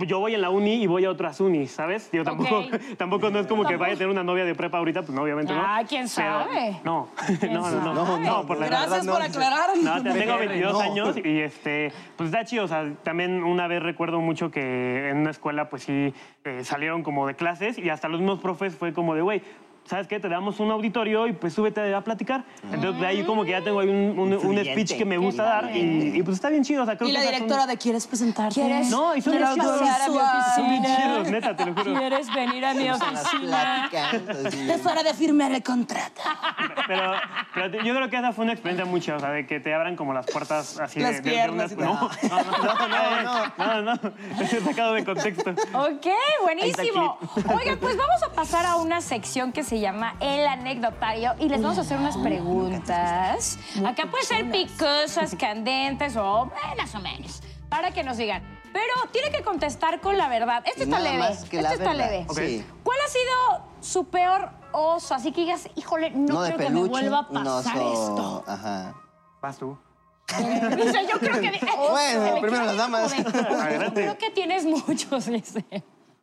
Speaker 3: yo voy en la uni y voy a otras unis, ¿sabes? Yo tampoco,
Speaker 1: Ok.
Speaker 3: tampoco no es como que vaya a tener una novia de prepa ahorita, pues no, obviamente no.
Speaker 1: Ah, ¿quién
Speaker 3: Pero-
Speaker 1: sabe?
Speaker 3: no. no, no, no,
Speaker 2: No,
Speaker 3: no,
Speaker 2: no,
Speaker 3: por la
Speaker 2: no.
Speaker 3: verdad.
Speaker 4: Gracias
Speaker 2: no,
Speaker 4: por
Speaker 2: no.
Speaker 4: aclarar.
Speaker 3: No, te- tengo
Speaker 2: No.
Speaker 3: 22 años y este, pues está chido. O sea, también una vez recuerdo mucho que en una escuela, pues sí, eh, salieron como de clases y hasta los mismos profes fue como de, güey, ¿sabes qué? Te damos un auditorio y pues súbete a platicar. Entonces de ahí como que ya tengo ahí un, un- un
Speaker 2: Influyente.
Speaker 3: speech que me gusta dar y, y, pues está bien chido. O sea, creo
Speaker 4: Y
Speaker 3: que
Speaker 4: la
Speaker 3: esas son-
Speaker 4: directora de ¿quieres presentarte?
Speaker 1: ¿Quieres-
Speaker 3: No, y son
Speaker 4: Quiero
Speaker 3: bien chidos.
Speaker 4: pasar a mi oficina.
Speaker 3: Son bien chidos, neta, te lo juro.
Speaker 1: ¿Quieres venir a mi
Speaker 2: Son las pláticas, así.
Speaker 4: Es hora de firmar el contrato.
Speaker 3: Pero, pero te- yo creo que esa fue una experiencia muy chida, o sea, de que te abran como las puertas así
Speaker 4: Las
Speaker 3: de, de- de
Speaker 4: piernas y
Speaker 3: una- No, no, no, no, no, no, no, sacado de contexto.
Speaker 1: Ok, buenísimo. Oigan, pues vamos a pasar a una sección que se llama El Anecdotario y les vamos a hacer unas preguntas. Acá pueden ser picosas, candentes o eh, más o menos, para que nos digan. Pero tiene que contestar con la verdad. Este está
Speaker 2: Nada
Speaker 1: leve.
Speaker 2: más que
Speaker 1: Este
Speaker 2: la
Speaker 1: está
Speaker 2: verdad.
Speaker 1: leve.
Speaker 2: Ok.
Speaker 3: Sí.
Speaker 1: ¿Cuál ha sido su peor oso? Así que digas, híjole, no,
Speaker 2: No de
Speaker 1: creo que me
Speaker 2: peluche,
Speaker 1: vuelva a
Speaker 2: un
Speaker 1: pasar
Speaker 2: oso. Ajá.
Speaker 3: Vas tú.
Speaker 1: esto. Dice, yo creo que... eh,
Speaker 2: Bueno,
Speaker 1: se me
Speaker 2: primero
Speaker 1: queda
Speaker 2: las damas.
Speaker 1: como de-
Speaker 3: Adelante.
Speaker 1: Creo que tienes muchos, dice.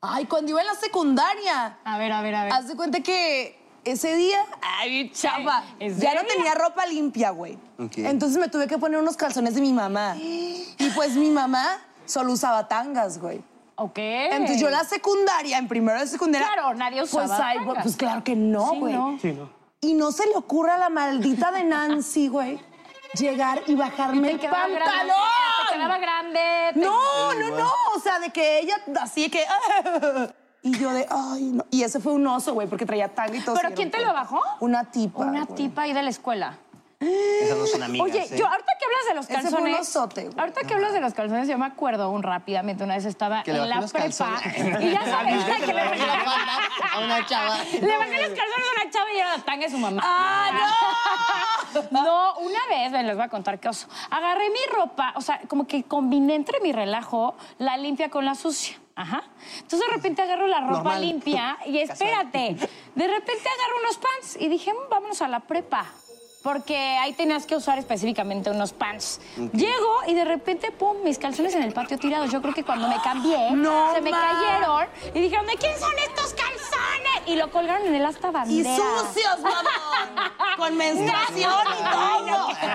Speaker 4: Ay, cuando iba en la secundaria.
Speaker 1: A ver, a ver, a ver.
Speaker 4: Haz de cuenta que Ese día, ay, chapa,
Speaker 1: Eh, ¿En
Speaker 4: ya no
Speaker 1: serio?
Speaker 4: tenía ropa limpia, güey.
Speaker 2: Ok.
Speaker 4: Entonces me tuve que poner unos calzones de mi mamá. Y pues mi mamá solo usaba tangas, güey.
Speaker 1: Ok.
Speaker 4: Entonces yo en la secundaria, en primero de secundaria.
Speaker 1: Claro, nadie usaba
Speaker 4: Pues, ay,
Speaker 1: tangas.
Speaker 4: pues claro que no,
Speaker 1: Sí,
Speaker 4: güey.
Speaker 1: no.
Speaker 3: Sí, ¿no?
Speaker 4: Y no se le ocurra a la maldita de Nancy, güey, llegar y bajarme
Speaker 1: Te
Speaker 4: el
Speaker 1: quedaba grande,
Speaker 4: pantalón.
Speaker 1: Te quedaba grande. te-
Speaker 4: No, no, no. O sea, de que ella así de que. Y yo de, ay, no. Y ese fue un oso, güey, porque traía tanga y todo.
Speaker 1: ¿Pero
Speaker 4: se dieron
Speaker 1: quién te lo
Speaker 4: cuenta.
Speaker 1: bajó?
Speaker 4: Una tipa.
Speaker 1: Una
Speaker 4: güey.
Speaker 1: tipa ahí de la escuela.
Speaker 2: Esas no son amigas.
Speaker 1: Oye,
Speaker 2: ¿eh?
Speaker 1: yo ahorita que hablas de los
Speaker 4: Ese fue un
Speaker 1: calzones.
Speaker 4: osote, güey.
Speaker 1: ahorita que hablas de los calzones, yo me acuerdo un rápidamente. Una vez estaba
Speaker 2: Que le
Speaker 1: en
Speaker 2: bajé
Speaker 1: la
Speaker 2: los
Speaker 1: prepa.
Speaker 2: calzones.
Speaker 1: Y ya sabes que le bajé,
Speaker 2: A una chava.
Speaker 1: le bajé los calzones a una chava y era la tanga de su mamá.
Speaker 4: ¡Ah, no!
Speaker 1: No, una vez, ven, les voy a contar qué oso. Agarré mi ropa, o sea, como que combiné entre mi relajo la limpia con la sucia. Ajá. Entonces de repente agarro la ropa
Speaker 2: Normal.
Speaker 1: limpia y espérate. De repente agarro unos pants y dije, "Mm, vámonos a la prepa. Porque ahí tenías que usar específicamente unos pants. Llego y de repente, pum, mis calzones en el patio tirados. Yo creo que cuando me cambié,
Speaker 4: No
Speaker 1: se me
Speaker 4: ma.
Speaker 1: cayeron y dijeron, ¿de quién son estos calzones? Y lo colgaron en el asta
Speaker 4: Y
Speaker 1: bandera.
Speaker 4: sucios, mamón. Con menstruación y todo.
Speaker 3: Pero dijiste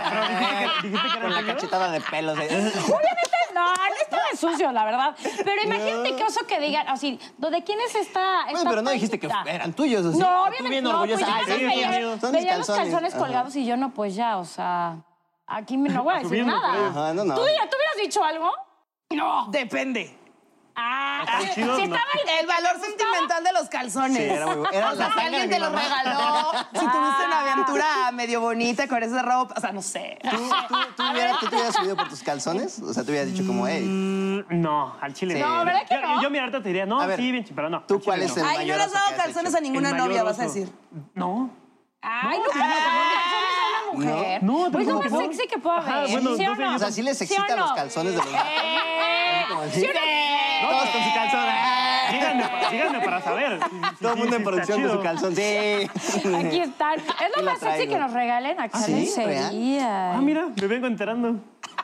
Speaker 3: que- dijiste que
Speaker 2: Con
Speaker 3: era
Speaker 2: la
Speaker 3: negro.
Speaker 2: cachetada de pelos. ¿eh?
Speaker 1: Obviamente no, no estaba sucio, la verdad. Pero imagínate qué oso que digan, así, ¿do- ¿de quién es esta?
Speaker 2: Bueno,
Speaker 1: esta
Speaker 2: pero no dijiste que
Speaker 1: tanguita?
Speaker 2: eran tuyos. ¿o sí?
Speaker 1: No,
Speaker 2: Tú
Speaker 1: obviamente
Speaker 2: bien
Speaker 1: no, pues
Speaker 2: orgullosa.
Speaker 1: ya
Speaker 2: Ay,
Speaker 1: los
Speaker 2: sí,
Speaker 1: veía,
Speaker 2: míos, son mis
Speaker 1: veía los calzones
Speaker 2: Ajá.
Speaker 1: colgados y yo no, pues ya, o sea, aquí me, no voy a decir
Speaker 3: Asumiendo,
Speaker 1: nada.
Speaker 3: pues.
Speaker 2: Ajá, no, no.
Speaker 1: ¿Tú, ya- tú hubieras dicho algo? No.
Speaker 4: Depende.
Speaker 1: Ah,
Speaker 3: Está
Speaker 1: si
Speaker 3: chido,
Speaker 1: si
Speaker 3: no.
Speaker 1: estaba
Speaker 4: El valor sentimental de los calzones.
Speaker 2: Sí, era muy bueno. Era
Speaker 4: o sea,
Speaker 2: la
Speaker 4: si
Speaker 2: tanga
Speaker 4: alguien
Speaker 2: de
Speaker 4: te
Speaker 2: mi
Speaker 4: lo
Speaker 2: mamá.
Speaker 4: regaló, si tuviste una aventura medio bonita con esa ropa, o sea, no sé.
Speaker 2: ¿Tú, tú, tú hubieras- tú te hubieras subido por tus calzones? O sea, te hubieras dicho como, hey,
Speaker 3: No, al chile.
Speaker 2: Sí. No,
Speaker 1: ¿verdad que
Speaker 3: Yo-
Speaker 1: no?
Speaker 3: Yo, mi ahorita te diría, no,
Speaker 2: A ver,
Speaker 3: sí, bien, pero no.
Speaker 2: ¿tú
Speaker 3: al chile
Speaker 2: cuál
Speaker 3: no.
Speaker 2: es el
Speaker 4: Ay, no le has
Speaker 2: mayorazo que
Speaker 4: dado
Speaker 2: has
Speaker 4: calzones
Speaker 2: hecho?
Speaker 4: a ninguna
Speaker 3: El mayor
Speaker 4: novia, vas a
Speaker 3: oso.
Speaker 4: decir.
Speaker 3: No.
Speaker 1: Ay, nunca me calzones a una mujer.
Speaker 3: No,
Speaker 1: Pues lo
Speaker 3: tampoco,
Speaker 1: más
Speaker 3: ¿no?
Speaker 1: sexy que pueda
Speaker 3: Ajá,
Speaker 1: haber.
Speaker 3: bueno,
Speaker 1: ¿Sí o
Speaker 3: no sé,
Speaker 1: no?
Speaker 3: yo
Speaker 2: O sea, sí les
Speaker 1: ¿Sí o
Speaker 2: excitan
Speaker 1: no?
Speaker 2: los calzones de los
Speaker 1: Eh,
Speaker 2: Como
Speaker 1: ¿sí o no?
Speaker 2: Todos con su calzón.
Speaker 1: Eh.
Speaker 2: ¡ah!
Speaker 3: Síganme, síganme para saber. Sí, sí,
Speaker 2: Todo el mundo
Speaker 3: sí, sí,
Speaker 2: en
Speaker 3: está
Speaker 2: producción con
Speaker 3: chido.
Speaker 2: su calzón. Sí.
Speaker 1: Aquí están. Es
Speaker 2: Y
Speaker 1: lo
Speaker 2: la
Speaker 1: más sexy
Speaker 2: traigo. ¿Ah,
Speaker 1: que nos regalen acá
Speaker 2: ¿sí?
Speaker 1: en
Speaker 2: ¿Real?
Speaker 1: Sevilla.
Speaker 3: Ah, mira, me vengo enterando.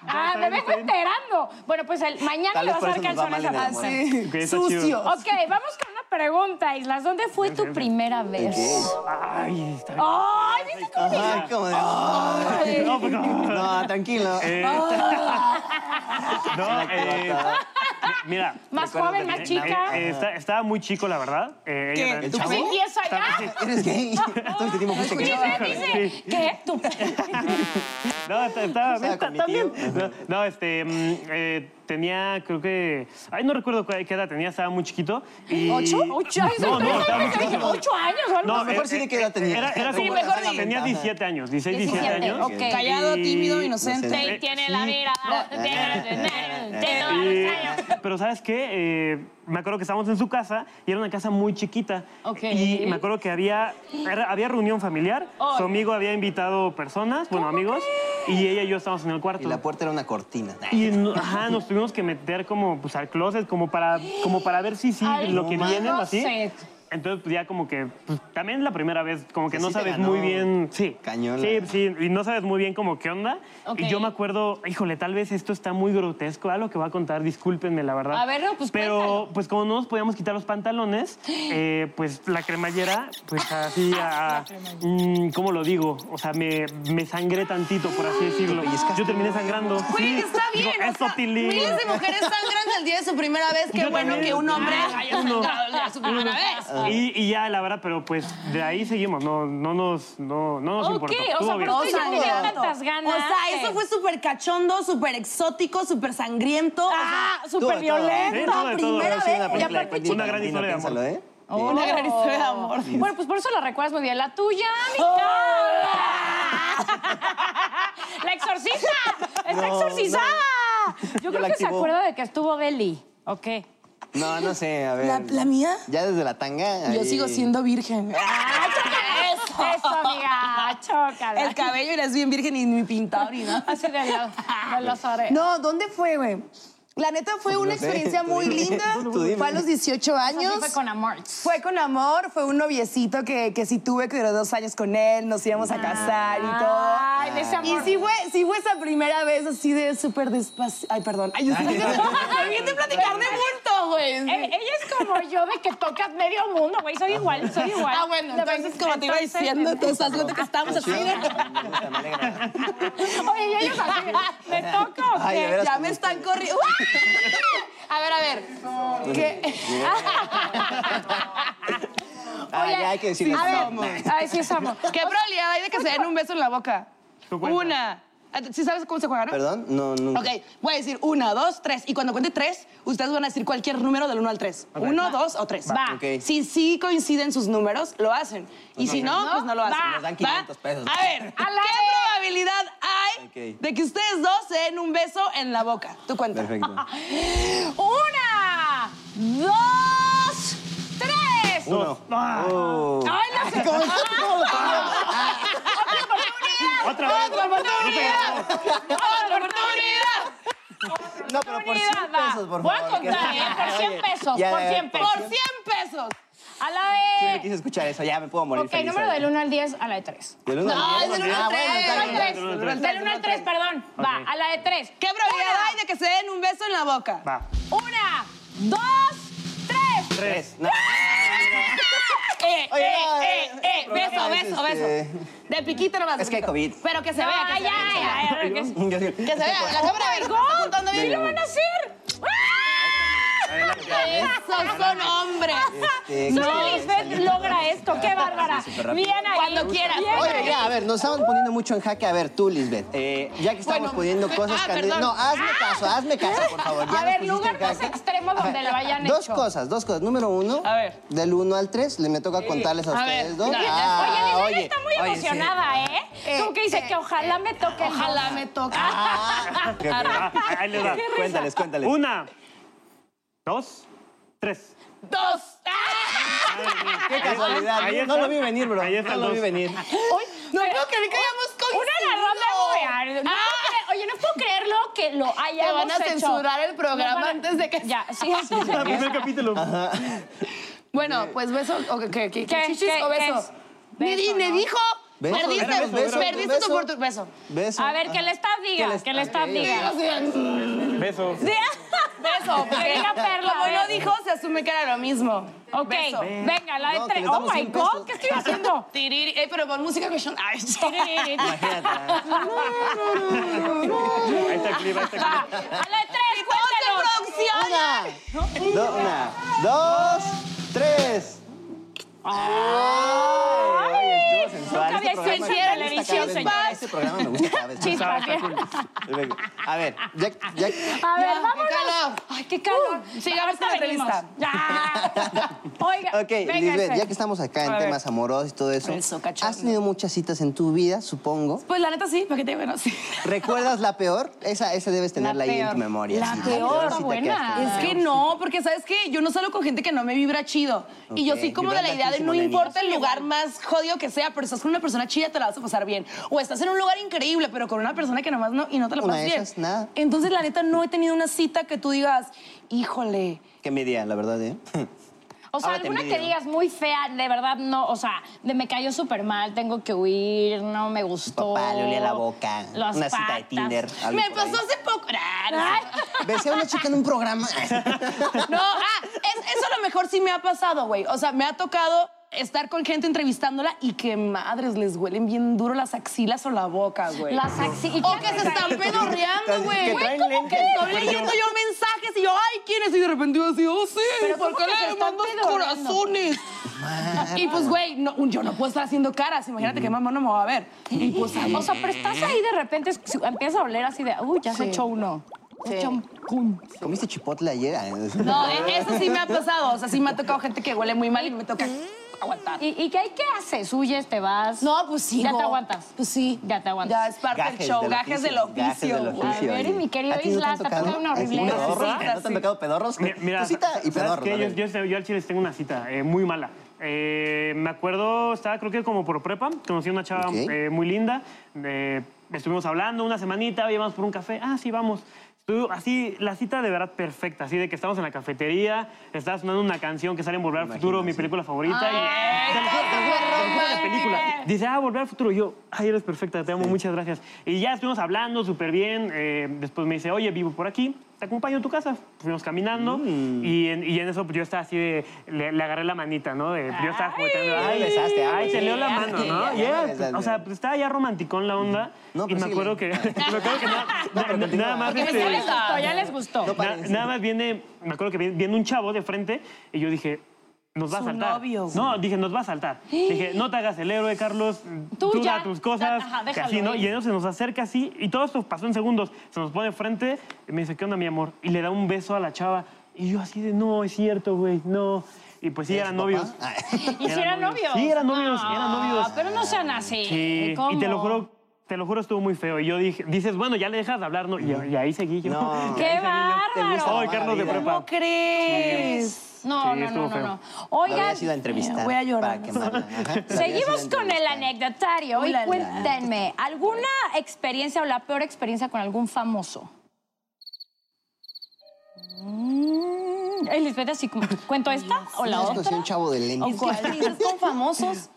Speaker 1: Ah, me vengo enterando. Bueno, pues el, mañana
Speaker 2: este. Tal
Speaker 1: le
Speaker 2: vez
Speaker 1: vas a
Speaker 2: por
Speaker 1: dar
Speaker 2: eso nos va
Speaker 1: calzones a
Speaker 2: mal en el
Speaker 1: Pamela.
Speaker 2: amor.
Speaker 4: Sí.
Speaker 3: Ok, está chido.
Speaker 4: Sucio.
Speaker 1: Ok, vamos con una pregunta, Islas. ¿Dónde fue tu primera vez?
Speaker 3: Ay, está bien.
Speaker 1: ¡Ay, viste cómo me-
Speaker 2: Ay, como de,
Speaker 3: No, pues no.
Speaker 2: No, tranquilo.
Speaker 3: Eh, no, eh, mira.
Speaker 1: Más joven, más chica.
Speaker 3: eh, eh, está- estaba muy chico, la verdad. Eh, ella también-
Speaker 2: ¿El chavo?
Speaker 1: Sí, 10 años.
Speaker 3: Estaba- sí.
Speaker 2: ¿Eres gay? Todo este tiempo fuiste gay.
Speaker 1: Dice, dice, ¿qué? ¿Tú?
Speaker 3: No, está- estaba
Speaker 2: Estaba con mi
Speaker 3: también.
Speaker 2: tío.
Speaker 3: No, no, este, mm, eh, tenía, creo que, ay, no recuerdo cuál- qué edad tenía, estaba muy chiquito. Y...
Speaker 1: ¿Ocho? ¿Ocho años?
Speaker 3: No, no, estaba muy
Speaker 1: Dije,
Speaker 3: chiquito.
Speaker 1: ¿Ocho años o algo?
Speaker 3: No,
Speaker 2: mejor sí de qué edad tenía.
Speaker 3: Era, era
Speaker 2: Sí,
Speaker 3: como-
Speaker 4: mejor di.
Speaker 3: tenía 17 años, 16, 17,
Speaker 1: 17,
Speaker 3: años.
Speaker 1: ok.
Speaker 4: Callado, tímido,
Speaker 3: Y-
Speaker 4: inocente.
Speaker 2: No sé.
Speaker 1: Sí, tiene la vida.
Speaker 2: eh,
Speaker 1: Tiene tiene la
Speaker 3: Y-
Speaker 1: vida.
Speaker 3: pero ¿sabes qué? Eh, me acuerdo que estábamos en su casa y era una casa muy chiquita.
Speaker 1: Ok.
Speaker 3: Y me acuerdo que había, era- había reunión familiar,
Speaker 1: Ay.
Speaker 3: su amigo había invitado personas, bueno, amigos, y ella y yo estábamos en el cuarto.
Speaker 2: Y la puerta era una cortina.
Speaker 3: Y no- ajá, nos tuvimos que meter como pues, al closet, como para, como para ver si sí
Speaker 1: Al
Speaker 3: lo que viene o así.
Speaker 1: closet.
Speaker 3: Entonces, pues, ya como que, pues, también la primera vez, como que
Speaker 2: Sí
Speaker 3: no
Speaker 2: te
Speaker 3: sabes
Speaker 2: ganó
Speaker 3: muy bien. Sí.
Speaker 2: cañón,
Speaker 3: Sí,
Speaker 2: la-
Speaker 3: sí, y no sabes muy bien como qué onda.
Speaker 1: Ok.
Speaker 3: Y yo me acuerdo, híjole, tal vez esto está muy grotesco, algo que voy a contar, discúlpenme, la verdad.
Speaker 1: A ver, no, pues,
Speaker 3: Pero,
Speaker 1: cuéntalo.
Speaker 3: pues como no nos podíamos quitar los pantalones, eh, pues la cremallera, pues así, a,
Speaker 1: Ah,
Speaker 3: mm, ¿cómo lo digo? O sea, me, me sangré tantito, por así decirlo. Yo terminé sangrando.
Speaker 4: Güey,
Speaker 3: Sí.
Speaker 4: está bien.
Speaker 3: Digo,
Speaker 4: o
Speaker 3: esto,
Speaker 4: sea,
Speaker 3: Tilín.
Speaker 4: miles de mujeres sangran al día de su primera vez. Qué
Speaker 3: Yo
Speaker 4: bueno
Speaker 3: también.
Speaker 4: que un hombre
Speaker 3: Ah,
Speaker 4: haya
Speaker 3: uno.
Speaker 4: sangrado al día de su primera vez.
Speaker 3: Ah. Y, y ya, la verdad, pero pues de ahí seguimos, no, no nos, no, no nos
Speaker 1: Ok,
Speaker 3: importó.
Speaker 1: o sea,
Speaker 3: Estuvo bien.
Speaker 1: pero ustedes ya tenían
Speaker 4: sangrando.
Speaker 1: tantas ganas.
Speaker 4: O sea, eso fue súper cachondo, súper exótico, súper sangriento. o sea,
Speaker 1: Ah, súper violento.
Speaker 3: Sí, todo de todo.
Speaker 2: Sí,
Speaker 4: primera
Speaker 2: una
Speaker 4: vez,
Speaker 2: película
Speaker 1: y aparte
Speaker 2: de Quentin
Speaker 3: Una gran
Speaker 2: Tarantino,
Speaker 3: historia de amor.
Speaker 2: piénsalo, ¿eh?
Speaker 4: una gran historia de amor.
Speaker 1: Bueno, pues por eso la recuerdas muy bien. La tuya, mi
Speaker 4: Oh.
Speaker 1: cara. La exorcista. Está
Speaker 2: No,
Speaker 1: exorcizada. Yo
Speaker 2: Yo
Speaker 1: creo
Speaker 2: la
Speaker 1: que se
Speaker 2: activó.
Speaker 1: acuerda de que estuvo Beli. Ok.
Speaker 2: No, no sé, a ver.
Speaker 4: ¿La, la mía?
Speaker 2: Ya desde la tanga.
Speaker 4: Yo
Speaker 2: ahí-
Speaker 4: sigo siendo virgen.
Speaker 1: Ah, chócala. Eso. amiga. Chócala.
Speaker 4: El cabello eres bien virgen y mi pinta ahorita.
Speaker 1: Así de, lo- de los orejas.
Speaker 4: No, ¿dónde fue, güey? La neta fue una
Speaker 2: no sé,
Speaker 4: experiencia
Speaker 2: tú
Speaker 4: muy
Speaker 2: dime.
Speaker 4: linda.
Speaker 2: Tú dime.
Speaker 4: Fue a los 18
Speaker 1: Así
Speaker 4: años.
Speaker 1: fue con amor.
Speaker 4: Fue con amor, fue un noviecito que, que sí tuve, que duró dos años con él, nos íbamos a casar y todo.
Speaker 1: Ay, de ese
Speaker 4: Y
Speaker 1: amor.
Speaker 4: sí fue, sí fue esa primera vez así de súper despacio. Ay, perdón. Ay, yo sí. Me viene a platicar de bulto, güey.
Speaker 1: Eh, Ella es como yo de que tocas medio mundo, güey. Soy igual, soy igual.
Speaker 4: Ah, bueno,
Speaker 1: La
Speaker 4: entonces
Speaker 1: verdad,
Speaker 4: como te iba
Speaker 1: entonces,
Speaker 4: diciendo,
Speaker 1: este,
Speaker 4: te estás viendo que estamos así.
Speaker 2: Me gusta, me alegra.
Speaker 1: Oye, y ellos así, ¿me toco o
Speaker 2: Ay,
Speaker 1: qué?
Speaker 2: de veras.
Speaker 4: Ya me están corriendo.
Speaker 1: A ver, a ver. ¿Qué?
Speaker 2: Ah, ya hay que decir
Speaker 1: a ver,
Speaker 2: somos.
Speaker 1: Ay, sí somos.
Speaker 5: ¿Qué probabilidad hay de que se den un beso en la boca?
Speaker 3: Tú cuenta.
Speaker 5: Una.
Speaker 4: Ah,
Speaker 5: ¿Sí sabes cómo se juega, no?
Speaker 2: Perdón, no, nunca.
Speaker 4: Ok, voy a decir una, dos, tres. Y cuando cuente tres, ustedes van a decir cualquier número del uno al tres. Uno, dos o tres.
Speaker 1: Va.
Speaker 2: Ok.
Speaker 4: Si sí coinciden sus números, lo hacen. Y si no, pues no lo hacen.
Speaker 1: Va.
Speaker 2: Nos dan
Speaker 4: ¿Va?
Speaker 2: 500 pesos.
Speaker 4: A ver,
Speaker 1: A la
Speaker 4: ¿qué
Speaker 1: vez.
Speaker 4: probabilidad hay
Speaker 2: Ok.
Speaker 4: de que ustedes dos se den un beso en la boca? Tú cuenta.
Speaker 2: Perfecto.
Speaker 1: Una, dos, tres.
Speaker 2: Uno.
Speaker 3: Ah.
Speaker 2: Oh.
Speaker 1: Ay, no sé.
Speaker 2: ¿Cómo- cómo lo pongo?
Speaker 3: Otra vez.
Speaker 1: Otra oportunidad. Otra oportunidad.
Speaker 2: No, pero por 100
Speaker 1: Oportunidad, va.
Speaker 2: pesos, por favor.
Speaker 1: Voy a contar, ¿eh? Por 100
Speaker 2: Oye,
Speaker 1: pesos,
Speaker 2: ya,
Speaker 1: por
Speaker 2: ya,
Speaker 1: 100
Speaker 4: Por
Speaker 1: pesos.
Speaker 4: 100 pesos.
Speaker 1: A
Speaker 2: Sí,
Speaker 1: la
Speaker 2: me
Speaker 1: de.
Speaker 2: quise escuchar eso, ya me puedo morir
Speaker 1: Ok,
Speaker 2: feliz.
Speaker 1: número
Speaker 2: ahorita.
Speaker 1: del 1 al 10 a la de 3.
Speaker 2: Del uno
Speaker 4: No,
Speaker 2: al diez.
Speaker 4: es del uno
Speaker 2: Ah,
Speaker 4: al
Speaker 2: bueno,
Speaker 4: tres.
Speaker 2: está bien.
Speaker 3: del uno al tres.
Speaker 1: Del 1 al 3, perdón. Va,
Speaker 3: Ok.
Speaker 1: a la de 3.
Speaker 4: ¿Qué probabilidad hay de que se den un beso en la boca?
Speaker 3: Va.
Speaker 1: Una, dos, tres.
Speaker 3: Tres.
Speaker 2: No,
Speaker 1: Eh,
Speaker 2: Oye,
Speaker 1: eh,
Speaker 2: no,
Speaker 1: eh,
Speaker 2: eh,
Speaker 1: eh,
Speaker 2: programa
Speaker 1: beso,
Speaker 2: es
Speaker 1: beso, beso.
Speaker 2: este-
Speaker 4: De piquito nomás.
Speaker 2: Es que hay
Speaker 4: piquito.
Speaker 2: COVID.
Speaker 4: Pero que se
Speaker 1: No,
Speaker 4: vea, que
Speaker 1: ay,
Speaker 4: se vea.
Speaker 1: ay, ay, ay, que sí.
Speaker 2: Yo sí.
Speaker 4: Que se vea. La cámara
Speaker 1: ¡Oh, my
Speaker 4: está
Speaker 1: God!
Speaker 4: apuntando bien.
Speaker 1: ¡Sí lo van a hacer! ¡Ah!
Speaker 4: Esos son hombres.
Speaker 2: Este,
Speaker 1: Solo Lisbeth logra esto. ¡Qué bárbara!
Speaker 2: Sí, súper rápido.
Speaker 1: Bien ahí.
Speaker 4: Cuando quieras.
Speaker 1: Bien
Speaker 2: Oye,
Speaker 1: ahí.
Speaker 2: ya, a ver, nos estamos poniendo mucho en jaque. A ver, tú, Lisbeth, eh, ya que estamos
Speaker 4: Bueno,
Speaker 2: poniendo cosas
Speaker 4: ah,
Speaker 2: candentes-
Speaker 4: perdón.
Speaker 2: No, hazme caso, hazme caso, por favor. ya
Speaker 1: A
Speaker 2: nos
Speaker 1: ver,
Speaker 2: pusiste
Speaker 1: lugar
Speaker 2: en
Speaker 1: más
Speaker 2: jaque.
Speaker 1: extremo
Speaker 2: A ver,
Speaker 1: donde lo hayan
Speaker 2: Dos
Speaker 1: hecho.
Speaker 2: cosas, dos cosas. Número uno,
Speaker 4: A ver.
Speaker 2: del uno al tres, le me toca contarles a
Speaker 4: a
Speaker 2: ustedes
Speaker 4: ver,
Speaker 2: dos.
Speaker 4: ya,
Speaker 2: Ah,
Speaker 1: oye, Lisbeth está muy
Speaker 2: oye, sí.
Speaker 1: emocionada, ¿eh? Como que dice que ojalá me toque.
Speaker 4: Ojalá me toque.
Speaker 2: Ah, qué
Speaker 3: Ah, ahí les va.
Speaker 2: Cuéntales, cuéntales.
Speaker 3: Una, dos, tres.
Speaker 4: Dos.
Speaker 1: Ah.
Speaker 2: Qué casualidad.
Speaker 3: Ahí
Speaker 2: no
Speaker 3: está.
Speaker 2: lo vi venir, bro.
Speaker 3: Ahí está
Speaker 2: no lo
Speaker 3: dos.
Speaker 2: vi venir.
Speaker 4: No puedo creer que hayamos coincidido. Ah.
Speaker 1: Una en la ronda de No puedo creer- Oye, no puedo creerlo que lo hayamos
Speaker 4: Te van a
Speaker 1: hecho.
Speaker 4: censurar el programa
Speaker 1: Nos van a-
Speaker 4: antes de que-
Speaker 1: Ya, sí. sí, sí.
Speaker 3: El primer capítulo.
Speaker 5: Bueno, pues beso. o ¿Qué? ¿Qué? ¿Qué?
Speaker 1: ¿Qué?
Speaker 5: ¿Chichis
Speaker 1: ¿Qué?
Speaker 5: o
Speaker 1: ¿Qué
Speaker 5: beso?
Speaker 1: es?
Speaker 5: Ni,
Speaker 1: Beso,
Speaker 5: ni
Speaker 1: ¿no?
Speaker 5: dijo.
Speaker 2: Beso,
Speaker 5: perdiste
Speaker 2: beso, beso,
Speaker 5: perdiste
Speaker 2: beso.
Speaker 5: tu oportunidad. Beso.
Speaker 2: Beso.
Speaker 1: A ver, que el staff diga, que el staff diga.
Speaker 3: Beso.
Speaker 1: Sí.
Speaker 4: Beso.
Speaker 1: Que diga Perla.
Speaker 4: Como no
Speaker 1: beso.
Speaker 4: dijo, se asume que era lo mismo.
Speaker 1: Ok,
Speaker 4: Beso.
Speaker 1: venga, la de
Speaker 2: No, que
Speaker 1: tres.
Speaker 2: les
Speaker 1: Oh
Speaker 2: damos
Speaker 1: my
Speaker 2: un
Speaker 1: God,
Speaker 2: beso.
Speaker 1: ¿qué estoy haciendo?
Speaker 4: Tiriri. Ey, pero con música que yo... Ay,
Speaker 3: Ahí está el clip, ahí está el clip.
Speaker 1: A la de tres, cuéntalo.
Speaker 4: producción!
Speaker 2: Una, do- una, dos, tres. Ay, oye, estuvo
Speaker 1: nunca
Speaker 2: sensual.
Speaker 1: había hecho en
Speaker 2: Este programa- me gusta
Speaker 1: televisión,
Speaker 2: cada vez
Speaker 1: señores.
Speaker 2: más. Este programa me gusta cada vez más.
Speaker 1: Chispas, bien.
Speaker 2: Perfecto. A ver, Jack, Jack.
Speaker 1: A ver, vámonos.
Speaker 4: calor.
Speaker 1: Ay, qué calor.
Speaker 2: Uh,
Speaker 4: sigamos
Speaker 1: Ahorita
Speaker 4: con la
Speaker 1: venimos.
Speaker 4: entrevista.
Speaker 1: Ya. Oiga,
Speaker 2: Ok, Lisbeth,
Speaker 1: vénganse.
Speaker 2: ya que estamos acá en
Speaker 4: A ver.
Speaker 2: temas amorosos y todo eso,
Speaker 4: Eso, cachondo.
Speaker 2: has tenido muchas citas en tu vida, supongo.
Speaker 4: Pues la neta sí, para que te bueno, sí.
Speaker 2: ¿Recuerdas la peor? Esa, esa debes tenerla ahí en tu memoria.
Speaker 1: La
Speaker 2: sí,
Speaker 1: peor,
Speaker 2: cita que
Speaker 1: buena.
Speaker 2: has tenido.
Speaker 4: Es que no, porque sabes que yo no salgo con gente que no me vibra chido. Y yo
Speaker 2: Ok,
Speaker 4: soy como de la
Speaker 2: vibrando
Speaker 4: idea de
Speaker 2: altísimo,
Speaker 4: no
Speaker 2: neni.
Speaker 4: importa el lugar más jodido que sea, pero estás con una persona chida, te la vas a pasar bien. O estás en un lugar increíble, pero con una persona que nomás no y no te la
Speaker 2: Una
Speaker 4: pasas
Speaker 2: de
Speaker 4: bien.
Speaker 2: esas, nada.
Speaker 4: Entonces, la neta, no he tenido una cita que tú digas, híjole.
Speaker 2: Qué media, la verdad, ¿eh?
Speaker 1: O sea,
Speaker 2: Ahora te
Speaker 1: alguna que
Speaker 2: envidio.
Speaker 1: digas muy fea, de verdad no, o sea, de me cayó súper mal, tengo que huir, no me gustó.
Speaker 2: Papá, le olía la boca.
Speaker 1: Las
Speaker 2: una cita de
Speaker 1: patas.
Speaker 2: Tinder. algo
Speaker 4: Me
Speaker 2: por ahí.
Speaker 4: pasó hace poco. Ah, no.
Speaker 1: Ay,
Speaker 2: Besé a una chica en un programa.
Speaker 4: No, ah, es- eso a lo mejor sí me ha pasado, güey. O sea, me ha tocado estar con gente entrevistándola y que madres les huelen bien duro las axilas o la boca, güey.
Speaker 1: Las axi- ¿y
Speaker 4: O
Speaker 2: oh,
Speaker 1: qué
Speaker 4: que se
Speaker 1: haces
Speaker 4: están
Speaker 1: ahí?
Speaker 4: pedorreando, güey.
Speaker 2: Que
Speaker 4: Güey,
Speaker 2: traen
Speaker 4: ¿cómo que
Speaker 2: lentes.
Speaker 4: estoy leyendo yo mensajes y yo, ay, ¿quién es? Y de repente yo así, oh, sí,
Speaker 1: Pero
Speaker 4: ¿por
Speaker 1: ¿cómo
Speaker 4: qué
Speaker 1: que se
Speaker 4: le
Speaker 1: están
Speaker 4: mandas
Speaker 1: pedorreando?
Speaker 4: corazones? Y pues, güey, no, yo no puedo estar haciendo caras. Imagínate que mamá no me va a ver. Y pues, ahí-
Speaker 1: O sea, pero estás ahí de repente, es- si- empieza a oler así de, uy, ya se echó uno. Se echó un pum.
Speaker 2: ¿Comiste chipotle ayer? Ah,
Speaker 4: no, eh, eso sí me ha pasado. O sea, sí me ha tocado gente que huele muy mal y me toca aguantar.
Speaker 1: ¿Y, y qué hay que haces? ¿Huyes? ¿Te vas?
Speaker 4: No, pues sí.
Speaker 1: ¿Ya
Speaker 4: no.
Speaker 1: te aguantas?
Speaker 4: Pues sí.
Speaker 1: Ya te aguantas.
Speaker 4: Ya es parte del show, gajes del oficio.
Speaker 1: oficio. A ver, y mi querido Isla, ¿te ha tocado una horrible
Speaker 2: ¿No
Speaker 1: cita?
Speaker 2: ¿No te han tocado pedorros?
Speaker 3: Mi- Mira,
Speaker 2: Tu cita y
Speaker 3: ¿sabes
Speaker 2: pedorros.
Speaker 3: qué?
Speaker 2: a
Speaker 3: Yo,
Speaker 2: ver.
Speaker 3: yo- yo al chile les tengo una cita eh, muy mala. Eh, me acuerdo, estaba creo que como por prepa, conocí a una chava
Speaker 2: Ok.
Speaker 3: eh, muy linda. eh, estuvimos hablando una semanita, oye, vamos por un café. Ah, sí, vamos. Estuvo así, la cita de verdad perfecta, así de que estábamos en la cafetería, estaba sonando una canción que sale en Volver al Futuro, mi película favorita. y, te lo juro, te lo juro, te lo juro, la película. Dice, ah, Volver al Futuro. Y yo, ay, eres perfecta, te amo, muchas gracias. Y ya estuvimos hablando súper bien. eh, después me dice, oye, vivo por aquí, te acompaño a tu casa. Fuimos caminando
Speaker 2: Mm.
Speaker 3: y, en, y en eso pues, yo estaba así de, le, le agarré la manita, ¿no? De- yo estaba jugueteando.
Speaker 2: Ay, besaste, ay,
Speaker 3: Ay, te leo la
Speaker 2: sí,
Speaker 3: mano,
Speaker 2: sí,
Speaker 3: ¿no?
Speaker 2: ya,
Speaker 3: Yeah,
Speaker 2: ya besaste.
Speaker 3: O sea, pues, estaba ya romanticón la onda
Speaker 2: No, pero
Speaker 3: y me
Speaker 2: síguele.
Speaker 3: acuerdo que, me acuerdo que nada,
Speaker 2: No, pero
Speaker 3: na-
Speaker 2: continúa.
Speaker 3: nada más...
Speaker 1: Porque
Speaker 3: este,
Speaker 1: ya les gustó, ya les gustó.
Speaker 2: No,
Speaker 3: Na-
Speaker 2: parece.
Speaker 3: nada más viene, me acuerdo que viene, viene un chavo de frente y yo dije, nos va a
Speaker 4: Su
Speaker 3: saltar.
Speaker 4: novio.
Speaker 3: No, dije, nos va a saltar. Dije, no te hagas el héroe, Carlos.
Speaker 1: Tú
Speaker 3: Tú,
Speaker 1: ya,
Speaker 3: da tus cosas.
Speaker 1: ajá,
Speaker 3: que
Speaker 1: déjalo
Speaker 3: así, ¿no?
Speaker 1: ir.
Speaker 3: Y él se nos acerca así y todo esto pasó en segundos. Se nos pone frente y me dice, ¿qué onda, mi amor? Y le da un beso a la chava. Y yo así de, no, es cierto, güey, no. Y pues sí,
Speaker 2: ¿Eres
Speaker 3: eran
Speaker 2: papá?
Speaker 3: novios.
Speaker 2: Ah.
Speaker 1: ¿Y si eran novios?
Speaker 3: Sí, eran novios,
Speaker 1: Ah,
Speaker 3: eran novios.
Speaker 1: Pero no sean así.
Speaker 3: Sí,
Speaker 1: ¿Cómo?
Speaker 3: y te lo juro, te lo juro, estuvo muy feo. Y yo dije, dices, bueno, ya le dejas de hablar, ¿no? Y, y ahí seguí yo.
Speaker 2: No.
Speaker 1: ¡Qué bárbaro!
Speaker 3: Ay, Carlos de
Speaker 2: Vida.
Speaker 3: prepa.
Speaker 4: ¿Cómo crees?
Speaker 1: No,
Speaker 3: Sí,
Speaker 1: no, no,
Speaker 3: estuvo
Speaker 1: no,
Speaker 3: feo.
Speaker 1: no.
Speaker 2: La
Speaker 1: Oigan,
Speaker 2: habías ido a entrevistar.
Speaker 4: voy a llorar.
Speaker 2: Para quemarla. Ajá. La habías
Speaker 1: seguimos
Speaker 2: ido a
Speaker 1: con el
Speaker 2: entrevistar.
Speaker 1: anecdotario.
Speaker 4: Uy,
Speaker 1: Y
Speaker 4: la, la.
Speaker 1: cuéntenme, ¿alguna experiencia o la peor experiencia con algún famoso? Mm, ay, Lisbeth, así como, ¿cuento esta o la
Speaker 2: ¿Has
Speaker 1: otra?
Speaker 2: conocido un chavo de lente?
Speaker 4: ¿O cuál dices con famosos?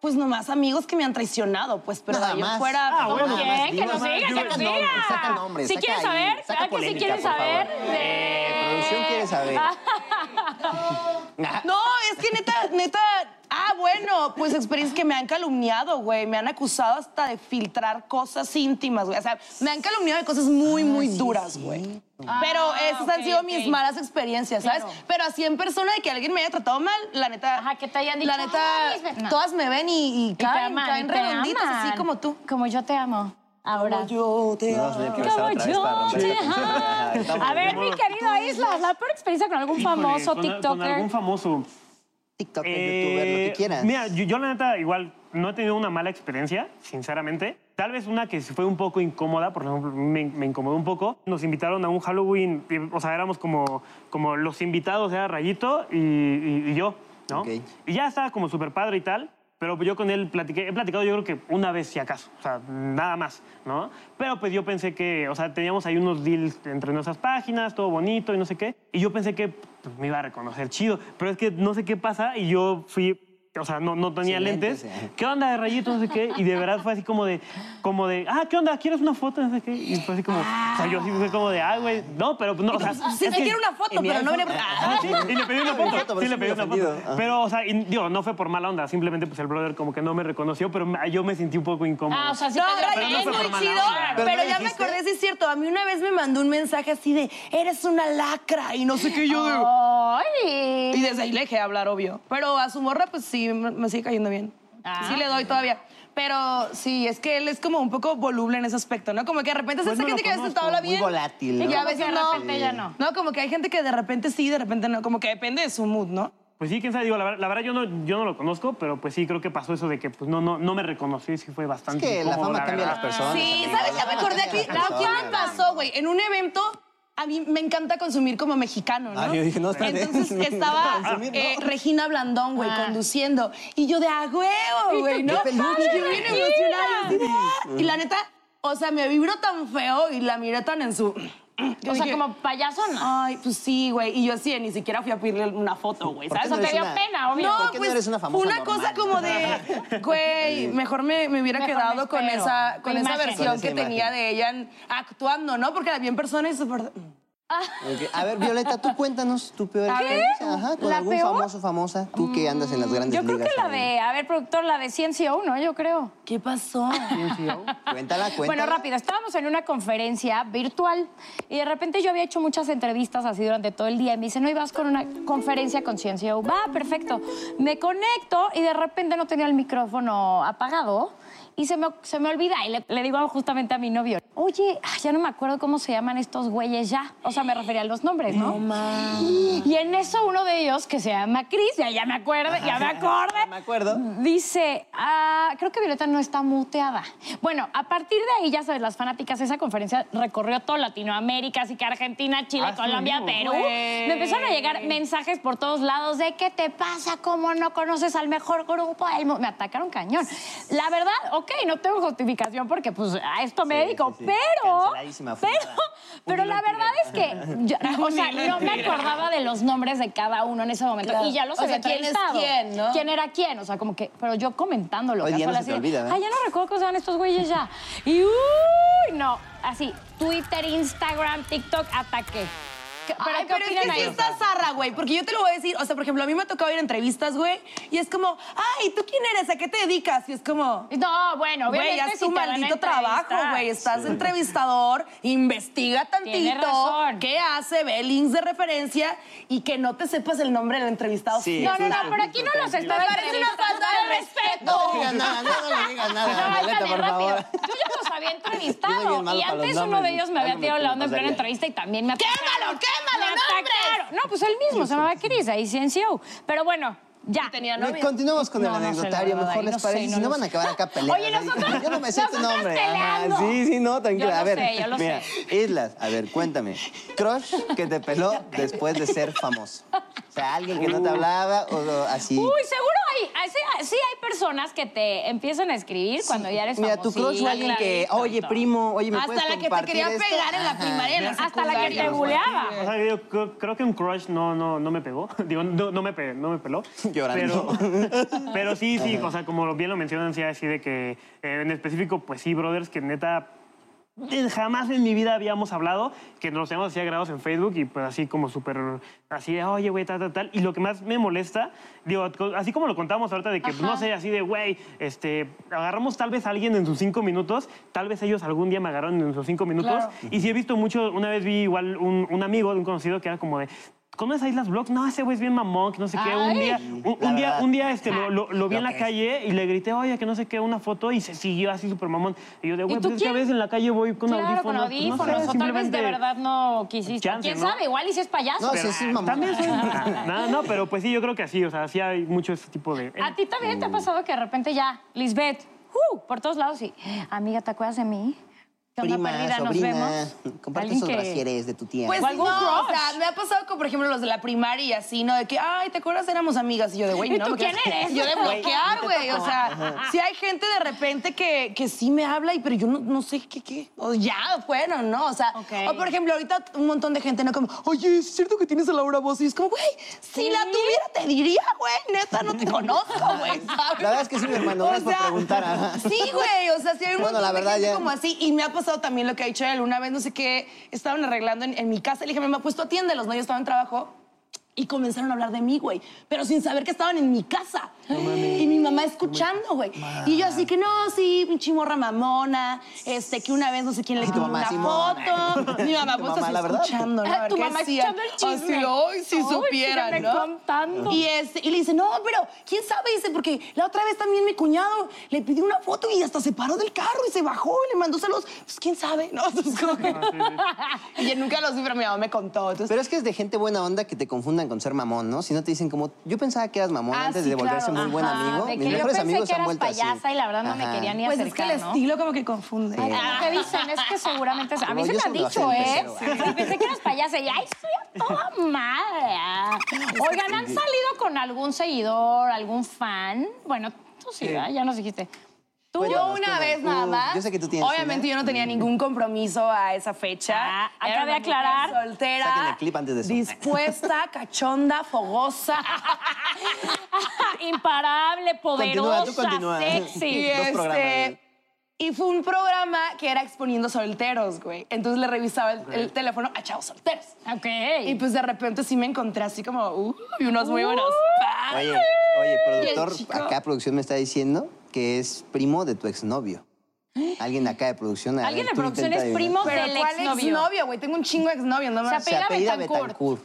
Speaker 4: Pues nomás amigos que me han traicionado, pues, pero
Speaker 2: Nada
Speaker 4: de yo
Speaker 2: más.
Speaker 4: fuera.
Speaker 3: Ah,
Speaker 4: ¿cómo
Speaker 3: bueno.
Speaker 4: que?
Speaker 1: ¿Quién? Que nos
Speaker 3: Digo,
Speaker 1: diga, que
Speaker 3: saca
Speaker 1: nos
Speaker 2: nombres,
Speaker 1: diga.
Speaker 2: saca nombres,
Speaker 1: Si
Speaker 2: saca
Speaker 1: quieres
Speaker 2: ahí,
Speaker 1: saber,
Speaker 2: saca
Speaker 1: ¿verdad que si
Speaker 2: polémica,
Speaker 1: quieres
Speaker 2: por
Speaker 1: saber?
Speaker 2: favor?
Speaker 1: De-
Speaker 2: Eh, producción quiere saber.
Speaker 1: Ah,
Speaker 4: No, es que neta, neta. Ah, bueno, pues experiencias que me han calumniado, güey. Me han acusado hasta de filtrar cosas íntimas, güey. O sea, me han calumniado de cosas
Speaker 1: Ah,
Speaker 4: muy, muy duras, güey. Pero esas han
Speaker 1: ok,
Speaker 4: sido
Speaker 1: ok.
Speaker 4: mis malas experiencias, ¿sabes?
Speaker 1: Claro.
Speaker 4: Pero así en persona de que alguien me haya tratado mal, la neta.
Speaker 1: Ajá, que te hayan dicho,
Speaker 4: La
Speaker 1: "Ay,
Speaker 4: neta,
Speaker 1: es verdad".
Speaker 4: todas me ven y, y
Speaker 1: Y te
Speaker 4: caen,
Speaker 1: aman,
Speaker 4: caen
Speaker 1: y te
Speaker 4: redonditas, así
Speaker 1: aman.
Speaker 4: como tú.
Speaker 1: Como yo te amo. Ahora.
Speaker 4: Yo te
Speaker 2: No, se me
Speaker 1: Como
Speaker 2: prestar otra vez para
Speaker 1: yo
Speaker 2: romper
Speaker 1: te
Speaker 2: esa tensión. Ajá,
Speaker 1: amo.
Speaker 2: estamos
Speaker 1: A ver,
Speaker 2: de
Speaker 1: mi
Speaker 2: modo.
Speaker 1: querido Islas, la peor experiencia con algún
Speaker 3: Híjole,
Speaker 1: famoso
Speaker 3: con-
Speaker 1: TikToker.
Speaker 3: Con algún famoso.
Speaker 2: TikTok,
Speaker 3: Eh,
Speaker 2: youtuber, lo que quieras.
Speaker 3: Mira, yo, yo la neta igual no he tenido una mala experiencia, sinceramente. Tal vez una que sí fue un poco incómoda, por ejemplo, me, me incomodó un poco. Nos invitaron a un Halloween, y, o sea, éramos como, como los invitados, era Rayito y, y- y yo, ¿no?
Speaker 2: Ok.
Speaker 3: Y ya estaba como súper padre y tal, pero yo con él platiqué, he platicado yo creo que una vez si acaso, o sea, nada más, ¿no? Pero pues yo pensé que, o sea, teníamos ahí unos deals entre nuestras páginas, todo bonito y no sé qué, y yo pensé que pues, me iba a reconocer chido, pero es que no sé qué pasa y yo fui... O sea, no, no tenía
Speaker 2: Sin lentes,
Speaker 3: lentes.
Speaker 2: eh.
Speaker 3: ¿Qué onda de rayito? No sé qué. Y de verdad fue así como de, como de, ah, ¿qué onda? ¿Quieres una foto? No sé qué. Y fue así como, o sea, yo así fue como de, ah, güey, no, pero no, o sea.
Speaker 4: Sí,
Speaker 3: es
Speaker 4: te
Speaker 3: que-
Speaker 4: quiero una foto,
Speaker 2: mi
Speaker 4: pero no
Speaker 2: iPhone-
Speaker 4: venía por. Ah.
Speaker 3: Ah, sí, y le pedí una
Speaker 2: Una
Speaker 3: foto.
Speaker 2: foto,
Speaker 3: Sí,
Speaker 2: pero
Speaker 3: le
Speaker 2: sí
Speaker 3: pedí
Speaker 2: me
Speaker 3: una
Speaker 2: ofendido. Ah.
Speaker 3: foto.
Speaker 2: Ajá.
Speaker 3: Pero, o sea, y, digo, no fue por mala onda. Simplemente, pues, el brother como que no me reconoció, pero me- yo me sentí un poco incómodo.
Speaker 1: Ah, o sea, sí
Speaker 4: No,
Speaker 1: te dio-
Speaker 4: Ray,
Speaker 3: Pero no
Speaker 4: es
Speaker 3: fue por
Speaker 4: muy
Speaker 3: mala
Speaker 4: chido,
Speaker 3: onda.
Speaker 4: pero,
Speaker 2: ¿Pero no
Speaker 4: ya me
Speaker 2: dijiste?
Speaker 4: acordé, sí es cierto. A mí una vez me mandó un mensaje así de, eres una lacra y no sé qué yo de...
Speaker 1: Ay.
Speaker 3: Oh.
Speaker 4: Y desde ahí le dejé de hablar, obvio. Pero a su morra, pues sí, me me sigue cayendo bien.
Speaker 1: Ah.
Speaker 4: Sí le doy todavía. Pero sí, es que él es como un poco voluble en ese aspecto, ¿no? Como que de repente
Speaker 3: Pues
Speaker 4: es esa
Speaker 3: no lo
Speaker 4: gente que a veces te
Speaker 3: conozco,
Speaker 4: habla
Speaker 2: Muy
Speaker 4: bien.
Speaker 2: volátil,
Speaker 1: Y
Speaker 2: ¿no?
Speaker 4: Y a
Speaker 1: Como
Speaker 4: veces
Speaker 1: que de
Speaker 4: no.
Speaker 1: repente ya no.
Speaker 4: No, como que hay gente que de repente sí, de repente no. Como que depende de su mood, ¿no?
Speaker 3: Pues sí, quién sabe, digo, la, ver- la verdad yo no, yo no lo conozco, pero pues sí, creo que pasó eso de que pues no, no, no me reconoció y sí fue
Speaker 2: Es
Speaker 3: bastante
Speaker 2: que la
Speaker 3: incómodo,
Speaker 2: fama cambia a las
Speaker 3: verdad.
Speaker 2: personas.
Speaker 4: Sí,
Speaker 2: amigo,
Speaker 4: ¿sabes?
Speaker 2: la
Speaker 4: Ya me
Speaker 2: fama
Speaker 4: acordé
Speaker 2: cambia
Speaker 4: aquí.
Speaker 2: a
Speaker 4: La
Speaker 2: las
Speaker 4: última
Speaker 2: personas.
Speaker 4: pasó, güey. En un evento, a mí me encanta consumir como mexicano, ¿no?
Speaker 2: Ah, yo dije, no, espérate.
Speaker 4: Entonces estaba
Speaker 2: Consumir, ¿no?
Speaker 4: eh, Regina Blandón, güey,
Speaker 1: Ah.
Speaker 4: conduciendo. Y yo de a huevo, güey, ¿no?
Speaker 2: qué peludo,
Speaker 4: Y yo
Speaker 2: Regina.
Speaker 4: bien emocionada. y así de, "Ah". Y la neta, o sea, me vibro tan feo y la miré tan en su. Yo
Speaker 1: O sea,
Speaker 4: dije,
Speaker 1: como payaso, no.
Speaker 4: Ay, pues sí, güey. Y yo así, de, ni siquiera fui a pedirle una foto, güey.
Speaker 2: ¿Por
Speaker 4: ¿Sabes?
Speaker 2: qué
Speaker 1: Eso
Speaker 2: no
Speaker 1: te
Speaker 2: eres
Speaker 1: dio
Speaker 2: una-
Speaker 1: pena, obvio.
Speaker 4: No,
Speaker 2: ¿Por qué no
Speaker 4: pues,
Speaker 2: eres una famosa
Speaker 4: Una
Speaker 2: normal?
Speaker 4: cosa como de, güey, mejor me, me hubiera
Speaker 1: Mejor me
Speaker 4: quedado con
Speaker 1: espero.
Speaker 4: esa, con
Speaker 1: Tu
Speaker 4: esa
Speaker 1: imagen.
Speaker 4: versión
Speaker 2: Con esa
Speaker 4: que tenía
Speaker 2: imagen.
Speaker 4: de ella en- actuando, ¿no? Porque la vi en persona y súper. "Mm,
Speaker 2: Ok, A ver, Violeta, tú cuéntanos tu peor experiencia. Ajá, con
Speaker 1: ¿La
Speaker 2: algún
Speaker 1: peor? Mm,
Speaker 2: famoso, famosa. Tú que andas en las grandes
Speaker 1: Yo creo que
Speaker 2: ligas
Speaker 1: la
Speaker 2: también.
Speaker 1: de, a ver, productor, la de Ciencia 1, yo creo.
Speaker 4: ¿Qué pasó?
Speaker 2: Cuéntala, cuéntala.
Speaker 1: Bueno, rápido, estábamos en una conferencia virtual y de repente yo había hecho muchas entrevistas así durante todo el día y me dice, no, ibas con una conferencia con Ciencia U. Va, perfecto. Me conecto y de repente no tenía el micrófono apagado y se me, se me olvida y le, le digo justamente a mi novio, oye, ah, ya no me acuerdo cómo se llaman estos güeyes ya. O sea, me refería a los nombres, ¿no? Y en eso uno de ellos, que se llama Cris, ya, ya me acuerdo, ya me acordé.
Speaker 2: Me acuerdo.
Speaker 1: Dice, ah, creo que Violeta no está muteada. Bueno, a partir de ahí, ya sabes, las fanáticas, esa conferencia recorrió toda Latinoamérica, así que Argentina, Chile,
Speaker 3: Ah, sí,
Speaker 1: Colombia,
Speaker 3: vivo.
Speaker 1: Perú. Me empezaron a llegar mensajes por todos lados de qué te pasa, cómo no conoces al mejor grupo del mundo. Me atacaron cañón. La verdad, ok, no tengo justificación porque pues a esto me dedico,
Speaker 2: sí, sí.
Speaker 1: pero Pero,
Speaker 2: Canceladísima,
Speaker 1: pero,
Speaker 2: fundada.
Speaker 1: pero
Speaker 2: Un
Speaker 1: la
Speaker 2: hilo
Speaker 1: verdad es que yo, o sea, no me acordaba de los nombres de cada uno en ese momento
Speaker 6: Claro.
Speaker 1: y ya los
Speaker 6: O
Speaker 1: había
Speaker 6: sea, ¿quién es
Speaker 1: entrevistado.
Speaker 6: quién, no?
Speaker 1: ¿Quién era quién? O sea, como que, pero yo comentándolo.
Speaker 2: Hoy día
Speaker 1: casual,
Speaker 2: no se te
Speaker 1: así de,
Speaker 2: olvida, ¿eh?
Speaker 1: Ay, ya no recuerdo que usaban estos güeyes ya. Y uy, no, así, Twitter, Instagram, TikTok, ataque. ¿Qué- ¿Pero
Speaker 4: Ay,
Speaker 1: qué
Speaker 4: pero es
Speaker 1: opinan
Speaker 4: que sí
Speaker 1: ahí?
Speaker 4: está zarra, güey. Porque yo te lo voy a decir. O sea, por ejemplo, a mí me ha tocado ir a entrevistas, güey. Y es como, ay, ¿tú quién eres? ¿A qué te dedicas? Y es como,
Speaker 1: No, bueno,
Speaker 4: güey,
Speaker 1: obviamente
Speaker 4: haz
Speaker 1: si
Speaker 4: tu
Speaker 1: te van a
Speaker 4: maldito trabajo,
Speaker 1: entrevistar.
Speaker 4: güey. Estás entrevistador, investiga
Speaker 1: Tiene
Speaker 4: tantito.
Speaker 1: razón.
Speaker 4: ¿Qué hace? Ve links de referencia y que no te sepas el nombre del entrevistado.
Speaker 2: Sí.
Speaker 1: No, no, no,
Speaker 2: Justo,
Speaker 1: pero aquí no los está
Speaker 4: Me parece una falta de
Speaker 2: No digas nada, no, no le digas nada.
Speaker 1: No, ahí
Speaker 2: Violeta,
Speaker 1: sale
Speaker 2: Ah, por
Speaker 1: rápido.
Speaker 2: favor.
Speaker 1: Yo ya los había
Speaker 2: Yo soy bien
Speaker 1: entrevistado.
Speaker 2: malo
Speaker 1: Y
Speaker 2: para los
Speaker 1: antes uno
Speaker 2: nombres,
Speaker 1: de ellos me había
Speaker 2: algo me-
Speaker 1: tirado la
Speaker 2: me
Speaker 1: onda en plena
Speaker 2: pasaría.
Speaker 1: entrevista y también me atacaron.
Speaker 4: ¡Quémalo, quémalo,
Speaker 1: Me atacaron. No, pues él mismo, se llamaba Chris, ahí sí en CNCO. Pero bueno, ya.
Speaker 4: Tenía
Speaker 2: Re-
Speaker 4: novia.
Speaker 2: Continuamos con
Speaker 1: No,
Speaker 2: el
Speaker 1: no sé,
Speaker 2: anecdotario,
Speaker 1: la verdad,
Speaker 2: mejor
Speaker 1: ahí
Speaker 2: les
Speaker 1: no sé,
Speaker 2: parece.
Speaker 1: no
Speaker 2: si no
Speaker 1: lo
Speaker 2: van a
Speaker 1: sé.
Speaker 2: acabar acá peleando.
Speaker 1: Oye, nosotros-
Speaker 2: Yo no me sé tu
Speaker 1: nosotros
Speaker 2: nombre.
Speaker 1: peleando.
Speaker 2: sí, sí, no, tranquila.
Speaker 1: Yo lo
Speaker 2: a ver,
Speaker 1: sé, yo lo
Speaker 2: mira, Islas, a ver, cuéntame. Crush que te peló después de ser famoso. O sea, alguien que no te hablaba o, o así.
Speaker 1: Uy, seguro hay, hay- sí, sí hay personas que te empiezan a escribir cuando ya eres
Speaker 2: Mira, tu crush o
Speaker 1: famosilla,
Speaker 2: alguien que,
Speaker 1: clarito,
Speaker 2: oye,
Speaker 1: todo.
Speaker 2: primo, oye, me
Speaker 4: Hasta
Speaker 2: puedes
Speaker 4: la que te
Speaker 2: compartir
Speaker 4: quería
Speaker 2: esto?
Speaker 4: pegar en la
Speaker 2: Ajá.
Speaker 4: primaria, en la
Speaker 1: Hasta la que te
Speaker 4: secundaria.
Speaker 1: buleaba.
Speaker 3: O sea, yo creo, creo que un crush no, no, no me pegó. Digo, no, no me, pe- no me peló.
Speaker 2: Llorando.
Speaker 3: Pero, pero sí, sí, o sea, como bien lo mencionan, sí, así de que eh, en específico, pues sí, brothers, que neta. eh, Jamás en mi vida habíamos hablado que nos hemos así grados en Facebook y pues así como súper, así de, oye, güey, tal, tal, tal. Y lo que más me molesta, digo, co- así como lo contamos ahorita de que, pues, no sé, así de, güey, este, agarramos tal vez a alguien en sus cinco minutos, tal vez ellos algún día me agarraron en sus cinco minutos. Y sí he visto mucho, una vez vi igual un, un amigo de un conocido que era como de, ¿conoces a Islas Blogs? No, ese güey es bien mamón, que no sé qué. Un
Speaker 1: Ay.
Speaker 3: día, un, un
Speaker 2: La
Speaker 3: día,
Speaker 2: verdad.
Speaker 3: un día este, lo, lo- lo vi
Speaker 2: Lo
Speaker 3: en
Speaker 2: que
Speaker 3: la
Speaker 2: es.
Speaker 3: calle y le grité, oye, que no sé qué, una foto y se siguió así súper mamón. Y yo de, güey,
Speaker 1: tú
Speaker 3: pues es que a
Speaker 1: quién?
Speaker 3: veces en la calle voy con
Speaker 1: Claro, con
Speaker 3: audífonos. pues, no
Speaker 1: audífonos.
Speaker 3: sé,
Speaker 1: o tal vez de
Speaker 3: simplemente-
Speaker 1: verdad no quisiste.
Speaker 3: Chance,
Speaker 1: ¿Quién
Speaker 3: ¿no?
Speaker 1: sabe? Igual y si es payaso.
Speaker 2: No, sí, sí, mamá.
Speaker 3: También soy- no, no, pero pues sí, yo creo que así, o sea, sí hay mucho ese tipo de...
Speaker 1: ¿A ti también te ha pasado que de repente ya, Lisbeth, uh, por todos lados y, amiga, ¿te acuerdas de mí? ¿Qué onda,
Speaker 2: Prima,
Speaker 1: perdida? Nos
Speaker 2: sobrina,
Speaker 1: vemos.
Speaker 2: comparte
Speaker 1: Alguien
Speaker 2: esos
Speaker 1: que-
Speaker 2: brasieres de tu tía.
Speaker 4: Pues
Speaker 1: ¿O algún
Speaker 4: no, o
Speaker 1: crush?
Speaker 4: sea, me ha pasado con, por ejemplo, los de la primaria y así, ¿no? De que, ay, ¿te acuerdas? Éramos amigas. Y yo de, güey,
Speaker 1: ¿Y
Speaker 4: no.
Speaker 1: tú
Speaker 4: me
Speaker 1: quién
Speaker 4: quedas-
Speaker 1: eres?
Speaker 4: Yo de bloquear, güey. O sea, si hay gente de repente que, que sí me habla, y pero yo no, no sé qué, qué. O ya, bueno, no. O sea,
Speaker 1: Ok.
Speaker 4: o por ejemplo, ahorita un montón de gente, ¿no? Como, oye, ¿es cierto que tienes a Laura Voz? Y es como, güey, si
Speaker 1: ¿Sí?
Speaker 4: la tuviera te diría, güey, neta, no te conozco, güey, ¿sabes?
Speaker 2: La verdad es que sí, mi hermano, gracias por preguntar, ajá.
Speaker 4: Sí, güey, o sea, sí hay un
Speaker 2: Bueno,
Speaker 4: montón
Speaker 2: la verdad,
Speaker 4: de gente
Speaker 2: ya-
Speaker 4: como así. Y me ha pasado también lo que ha dicho él. Una vez, no sé qué, estaban arreglando en, en mi casa. Le dije, me ha puesto atiéndelos, ¿no? Yo estaba en trabajo. Y comenzaron a hablar de mí, güey. Pero sin saber que estaban en mi casa. y mi mamá escuchando, güey. Y
Speaker 2: "Ah".
Speaker 4: yo así que, no, sí, pinche morra mamona. Este, que una vez no sé quién le
Speaker 2: Y Ah, tu
Speaker 4: tomó
Speaker 2: mamá
Speaker 4: una
Speaker 2: así,
Speaker 4: foto. Mi mamá
Speaker 2: Tu
Speaker 4: pues
Speaker 2: mamá,
Speaker 4: así
Speaker 2: la verdad.
Speaker 4: escuchando, ¿no? A ver
Speaker 1: Ah, tu
Speaker 4: qué
Speaker 1: mamá
Speaker 4: decían.
Speaker 1: escuchando el chisme.
Speaker 4: Así, hoy si
Speaker 1: Ay, sí,
Speaker 4: supieran,
Speaker 1: me
Speaker 4: ¿no?
Speaker 1: contando.
Speaker 4: Y, este, y le dice, no, pero quién sabe, dice, porque la otra vez también mi cuñado le pidió una foto y hasta se paró del carro y se bajó y le mandó saludos. Pues quién sabe, ¿no? Entonces, como que- y yo nunca lo supe, pero mi mamá me contó. Entonces,
Speaker 2: Pero es que es de gente buena onda que te confundan con ser mamón, ¿no? Si no te dicen como, yo pensaba que eras mamón
Speaker 4: Ah,
Speaker 2: antes
Speaker 4: sí,
Speaker 2: de volverse
Speaker 4: claro.
Speaker 2: muy buen
Speaker 1: Ajá,
Speaker 2: amigo.
Speaker 1: de que
Speaker 2: Mis
Speaker 1: yo
Speaker 2: mejores
Speaker 1: pensé
Speaker 2: amigos
Speaker 1: que
Speaker 2: se han
Speaker 1: eras
Speaker 2: vuelto así.
Speaker 1: payasa y la verdad no me quería ni
Speaker 4: pues es que
Speaker 1: acercar,
Speaker 4: el
Speaker 1: ¿no?
Speaker 4: estilo como que confunde.
Speaker 1: Ay, ¿cómo Ah, te dicen? Es que seguramente... A mí
Speaker 2: No,
Speaker 1: se me
Speaker 2: yo
Speaker 1: ha
Speaker 2: soy de
Speaker 1: dicho,
Speaker 2: bajante
Speaker 1: ¿eh?
Speaker 2: cero.
Speaker 1: Sí, pensé que eras payasa y, ay, soy a toda madre. ah. Oigan, ¿han salido con algún seguidor, algún fan? Bueno, tú sí, ¿verdad? Ya nos dijiste.
Speaker 4: Tú
Speaker 2: Cuéntanos,
Speaker 4: yo una
Speaker 2: cuéntanos.
Speaker 4: vez nada
Speaker 2: Uh,
Speaker 4: más.
Speaker 2: yo sé que tú tienes
Speaker 4: Obviamente
Speaker 2: una.
Speaker 4: yo no tenía ningún compromiso a esa fecha.
Speaker 1: Ah,
Speaker 4: Era
Speaker 1: acaba de
Speaker 4: una mujer
Speaker 1: aclarar.
Speaker 4: Soltera.
Speaker 2: Saquen el clip antes de eso.
Speaker 4: Dispuesta, cachonda, fogosa.
Speaker 1: Ah, Imparable,
Speaker 2: Continúa,
Speaker 1: poderosa,
Speaker 2: tú continúa.
Speaker 1: sexy.
Speaker 4: Y
Speaker 2: Dos programas.
Speaker 4: este. Y fue un programa que era exponiendo solteros, güey. Entonces le revisaba el, el teléfono a chavos solteros.
Speaker 1: Ok.
Speaker 4: Y pues de repente sí me encontré así como, uy, unos muy buenos.
Speaker 1: Ah,
Speaker 4: pa-
Speaker 2: Oye, oye, productor,
Speaker 4: chico.
Speaker 2: acá producción me está diciendo que es primo de tu exnovio. Alguien acá de producción. a ver,
Speaker 1: Alguien de
Speaker 2: tú
Speaker 1: producción
Speaker 2: intenta
Speaker 1: es
Speaker 2: adivinar.
Speaker 1: primo
Speaker 4: Pero
Speaker 1: del
Speaker 4: ¿cuál
Speaker 1: exnovio?
Speaker 4: exnovio, güey? Tengo un chingo de exnovio, no
Speaker 1: Se
Speaker 4: más.
Speaker 2: Se
Speaker 1: Apellida
Speaker 2: apellida
Speaker 1: Betancourt.
Speaker 2: Betancourt.